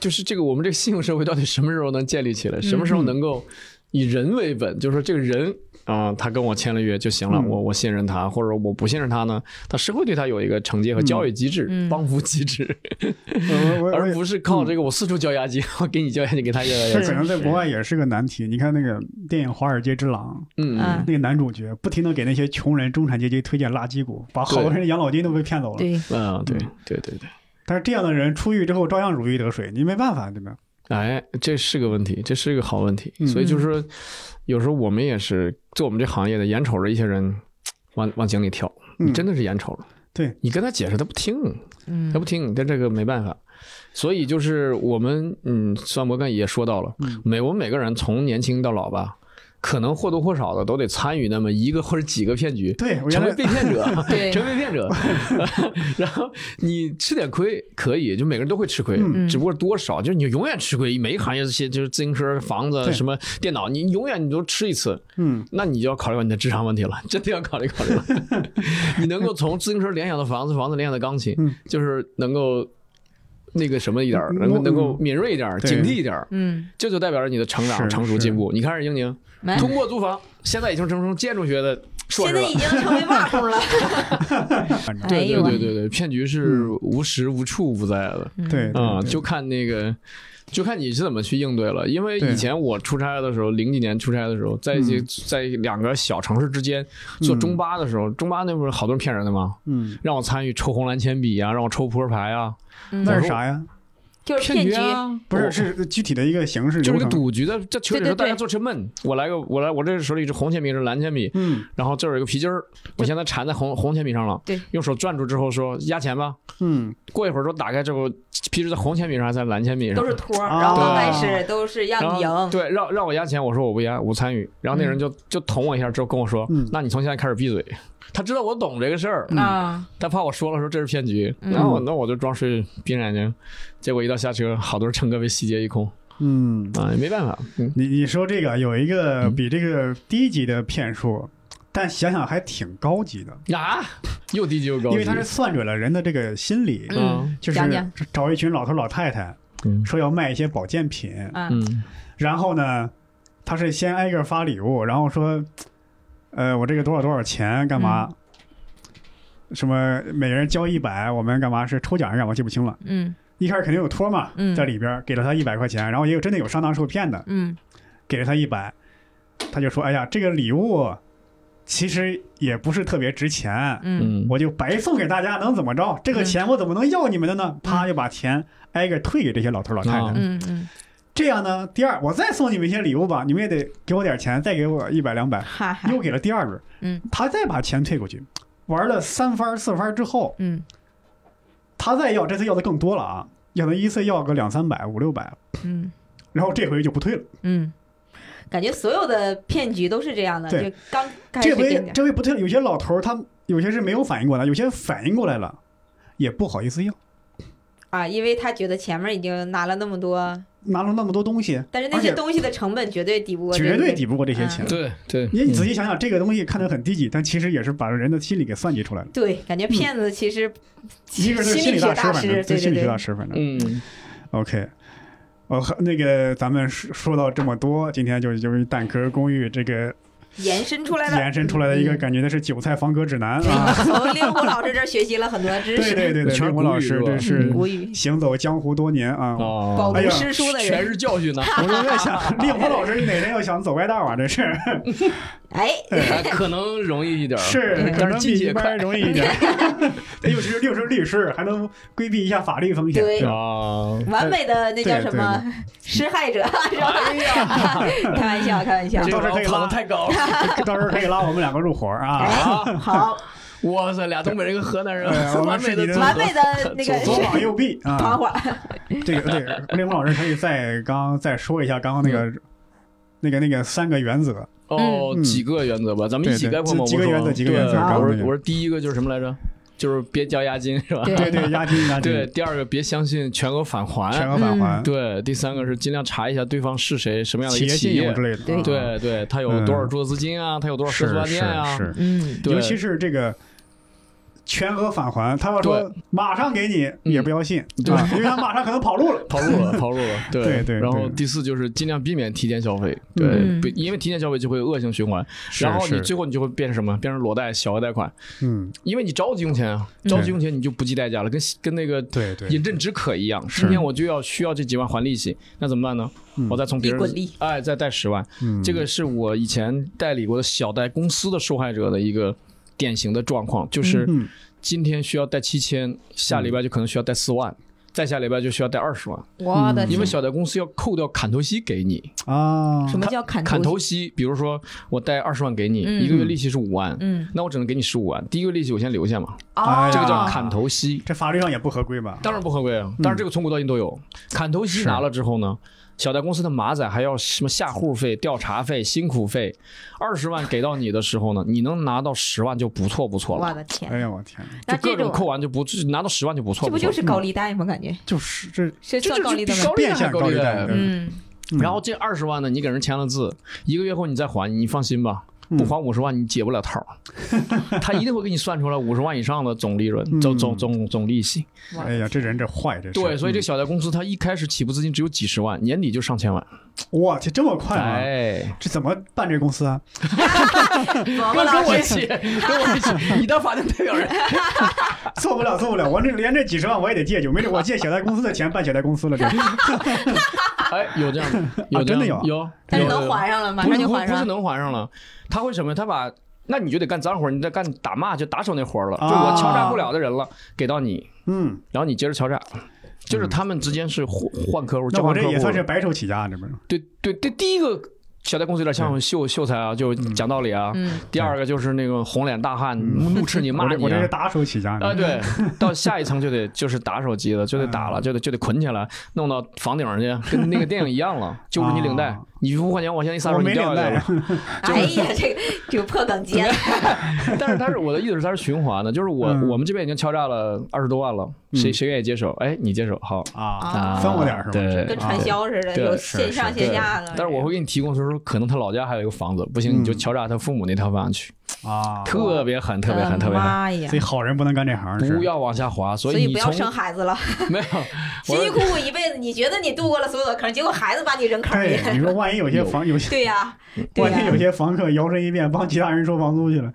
就是这个我们这个信用社会到底什么时候能建立起来，什么时候能够以人为本，就是说这个人啊、他跟我签了约就行了，
嗯
我我信任他，或者我不信任他呢，他社会对他有一个惩戒和教育机制、
嗯嗯
帮扶机制，
我我我
呃而
我。
不是靠这个嗯我四处交押金， 我给你交押金，给他交押
这
金，
可能在国外也是个难题。你看那个电影《华尔街之狼》，
嗯。嗯
啊
那个男主角不停的给那些穷人、中产阶级推荐垃圾股，把好多人的养老金都被骗走了。
对，
嗯，对对对对，
但是这样的人出狱之后照样如鱼得水，你没办法，对吧？
哎，这是个问题，这是一个好问题。
嗯
所以就是说，有时候我们也是做我们这行业的，眼瞅着一些人往往井里跳，你
嗯，
真的是眼瞅着。
对
你跟他解释，他不听，
嗯
他不听，但这个没办法。所以就是我们，嗯，算摩根也说到了，
嗯
每我们每个人从年轻到老吧，可能或多或少的都得参与那么一个或者几个骗局，
对我原
成
来
为被骗者，
对
成为被 骗者。然后你吃点亏可以，就每个人都会吃亏，
嗯
只不过多少，就是你永远吃亏。每一个行业这些就是自行车、房子、
对
什么电脑，你永远你都吃一次，
嗯，
那你就要考虑到你的智商问题了， 真的要考虑 考虑了。你能够从自行车联想到房子，房子联想到钢琴，
嗯
就是能够那个什么一点儿，能够
嗯
能够敏锐一点儿，
对
警惕一点儿，
嗯，
这就代表着你的成长、
是
成熟、
是
进步。你看人英宁
没，
通过租房，现在已经成成建筑学的硕
现
士
在
了
已。经成为网 红了。哎
对对
呦，
对对对，骗局是无时无处不在的
嗯
对
啊，就看那个，就看你是怎么去应对了。因为
对嗯
以前我出差的时候，零几年出差的时候，在一些在两个小城市之间做中巴的时候，中巴那不是好多人骗人的吗？
嗯，
让我参与抽红蓝铅笔啊，让我抽扑克牌啊，
嗯
那是啥呀？
就是骗
局
局，
啊，
不是，是具体的一个形式，
就是
流
一
程。
个赌局的，这球里
对对
头大家
对
做成闷，我来个，我来，我这手里是红铅笔，是蓝铅笔，
嗯
然后这儿有个皮筋儿，我现在缠在红红铅笔上了，
对，
用手攥住之后说压钱吧，
嗯，
过一会儿说打开这个皮是在红铅笔上还是在蓝铅笔上
都，是托儿，
啊
然后刚开始都是
然
让
后
你赢，
对，让让我压钱，我说我不压，我参与，然后那人就就捅我一下之后跟我说
嗯，
那你从现在开始闭嘴。他知道我懂这个事儿，
啊，
他怕我说了说这是骗局，
嗯
然后我那我就装睡闭着眼睛，结果一到下车，好多人乘客被洗劫一空
嗯，
啊，也没办法，嗯，
你你说这个有一个
嗯
比这个低级的骗术，但想想还挺高级的，
啊，又低级又高级，
因为他是算准了人的这个心理，
嗯
就
讲讲
是找一群老头老太太
嗯
说要卖一些保健品，
啊，
嗯
然后呢，他是先挨个发礼物，然后说，呃，我这个多少多少钱，干嘛？
嗯
什么每人交一百，我们干嘛是抽奖还是干嘛？记不清了。
嗯
一开始肯定有托嘛，
嗯
在里边儿给了他一百块钱，然后也有真的有上当受骗的，
嗯
给了他一百，他就说：“哎呀，这个礼物其实也不是特别值钱，
嗯
嗯，
我就白送给大家，能怎么着？这个
嗯
钱我怎么能要你们的呢？”啪，又把钱挨个退给这些老头老太太
啊。
嗯嗯，
这样呢，第二，我再送你们一些礼物吧，你们也得给我点钱，再给我一百两百，
哈哈，
又给了第二轮，
嗯，
他再把钱退过去，玩了三番四番之后，
嗯
他再要，这次要的更多了啊，可能一次要个两三百、五六百，
嗯
然后这回就不退了。
嗯，感觉所有的骗局都是这样的，
对
就刚开始
这
给你
回这回不退了，有些老头儿他有些是没有反应过来，有些反应过来了，也不好意思要，
啊，因为他觉得前面已经拿了那么多，
拿了那么多东西，
但是那
而且
些东西的成本绝对抵不过这个，嗯
绝对抵不过这些钱。
对对，
你仔
嗯
细想想，这个东西看着很低级，但其实也是把人的心理给算计出来了。
对，感觉骗子其实
嗯一个是
心
心
理
理
学
大
大
师，反
师，
正
对
心
对
理学
对
大，师，反正。
嗯，
OK，哦，和那个咱们说说到这么多，今天就就是蛋壳公寓这个
延伸出来的，
延伸出来的一个
嗯。
感觉的是韭菜房哥指 南啊，
从令狐老师这儿学习了很多知
对
识，
对对对，
全
令
是
狐
古
老
语
师
是吧
这是
嗯
古语
行走江湖多年啊。
饱
哦
哎
读
呀
诗书的
全
人，
是 教训呢，
我就在想， 令狐老师哪天要想走歪道啊？这是
哎，
哎可能容易一点儿，
是，可
但
能
是
比
进去
一
也
般
快
人容易一 点。又是又是律师，还能规避一下法律风险。
对
啊，
完美的那叫什么施害 者是吧？ 开玩笑，开玩笑。
到时候可以拉
跑得太高了，
到时候可以拉我们两个入伙啊！
哎，好，
哇塞，俩东北人跟河南人
哎，我们
完
是
美
你
的
的
组合
完美的那
哎
左
个
膀右臂 啊！
团伙，
这个对，令狐老师可以再刚再说一下刚刚那
嗯
个、那个那个三个原则。
哦
嗯，
几个原则吧，咱们一起
对对
概括吗？
几个
我说
原则几个原
则
对
刚刚
我
那个
说我说第一个就是什么来着？就是别交押金是吧？
对对，押金押金，
对，嗯第二个别相信全额返
全
还，
额返还，
对，第三个是尽量查一下对方是谁，什么样的
企
一个
业
企
信用
业
之，类的。
对
啊，
对对，他有多少注资金啊？他有多少涉足
是
案件
是
啊？
是，
嗯，
对
尤其是这个。全额返还，他要说
对嗯
马上给你，也不要信，
对
啊因为他马上可能跑路 了。
跑路 了，跑路了。对
对对
然后
对
第四就是尽量避免提前消费，
嗯
对，不因为提前消费就会有恶性循环，
是
然后你
是
最后你就会变成什么？变成裸贷、小额贷款，
嗯，
因为你着急用钱啊，着急用钱你就不计代价了，跟跟那个
对对，
饮鸩止渴一样。
是
今天我就要需要这几万还利息，那怎么办呢
嗯？
我再从别
利滚
人
利
哎再贷十万，
嗯
这个是我以前代理过的小贷公司的受害者的一个典型的状况，就是
嗯
今天需要贷七千，下礼拜就可能需要贷四万。再下礼拜就需要贷二十万，
我的
嗯因为
天，
小贷公司要扣掉砍头息给你。
啊，
什么叫砍
砍头？息，比如说我贷二十万给你，
嗯
一个月利息是五万，
嗯
那我只能给你十五万。第一个利息我先留下嘛，
哦
哎呀
这个
啊
叫砍头息，
这法律上也不合规吧？
当然不合规啊。但是这个从古到今都有，砍头息
是
拿了之后呢，小贷公司的马仔还要什么下户费、调查费、辛苦费，二十万给到你的时候呢，你能拿到十万就不错不错
我
了，
的天，
哎呀，我天，
那
就
这
各种扣
种
完就不就拿到十万就不错
这不
错
就
了。
是高利贷吗？感觉
就是这
是
这
算
就
高利贷
是
吗？
利贷
变相
还
高利
利
贷对
嗯，
嗯
然后这二十万呢，你给人签了字，一个月后你再还，你放心吧，不还五十万你解不了套儿， 他一定会给你算出来五十万以上的总利润、总总总总利息。
哎呀，这人这坏，这是嗯
对，所以这小贷公司它一开始起步资金只有几十万，年底就上千万。
哇，这这么快啊？
哎，
这怎么办？这公司啊？
王
嗯跟
八
跟
老
我一
师，
起，跟我一起，你当法定代表人。
做不了，做不了，我这连这几十万我也得借，就没准我借小贷公司的钱办小贷公司了，这
哎，有这样的，有
啊
这
真的
样
有
有，
但是
有
能
有
还上了，马
嗯不
上
是
就
不
还
是不
上
是
了。
能还上了，他会什么？他把。那你就得干脏活儿，你得干打骂，就打手那活儿了。就我
啊
敲诈不了的人了，给到你，
嗯，
然后你接着敲诈，就是他们之间是换换客户，
那
交
我
换
这
客户
也。算是白手起家，啊这不是？
对对对，第一个小贷公司有点
嗯
像秀秀才啊，就讲道理啊。
嗯，
第二个就是那个红脸大汉怒斥你骂
嗯我这
你
我这
啊
是。打手起家，
啊，对， 到下一层就得就是打手机了，就得
嗯
打了，就得就得捆起来，弄到房顶上去，跟那个电影一样了，揪住你领带
啊，
你五块钱往下一撒手，
我
你
没
掉
领
下去
带
了。，
哎呀，这个这个破梗接的，
但是它是我的意思是它是循环的，就是我
嗯
我们这边已经敲诈了二十多万了，谁谁愿意接手？哎，你接手好
啊，
啊
分我点儿是吧
对，
跟传
对
销似的，
对
有
是
线上
是
线下啊的。
但是我会给你提供，就是说可能他老家还有一个房子，不行
嗯
你就敲诈他父母那套房去，
啊，
特别狠，特别狠，
嗯
特别狠。
妈呀
所！以好人不能干这行，是
不要往下滑，所
所
以
以
你
不要
从
生孩子了，
没有，
辛辛苦苦一辈子，你觉得你度过了所有的坑，结果孩子把你扔坑里。
对， 你说万一有些房有些。
对呀，对啊
万一有
呀，
些房客摇身一变帮其他人收房租去了，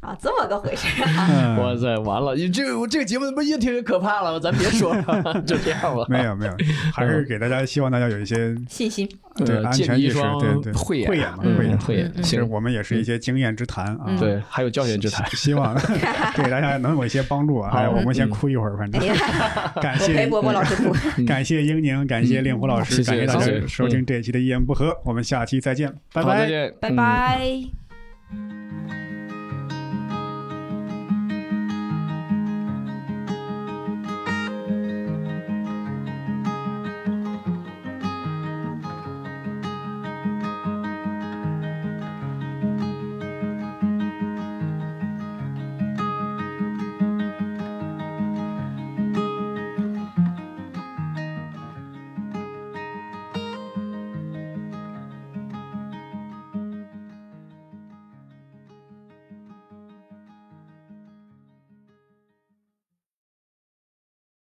啊，这么个回事。
嗯
我哇塞，完了，你这个我这个节目他妈越听越可怕了，咱别说了， 就这样吧。
没有没有，还是给大家希望大家有一些
信心，
对
呃
安
借
全
你
意
一
识，
双
对对，
慧眼
慧眼嘛，
嗯
慧眼。
慧眼，
其实
行，
我们也是一些经验之谈啊
嗯，
对，还有教学之谈。
希望 对大家能有一些帮助啊。哎呀，
好
我们先
嗯
哭一会儿，反
哎
正
呀，
感
我陪
谢
波波老师 哭。
啊嗯
感谢英宁，感谢令狐老师，
谢谢
感谢大
谢谢嗯
家收听这一期的一言不合，我们下期再见，拜
好嗯
拜
再。见，
拜
嗯
拜。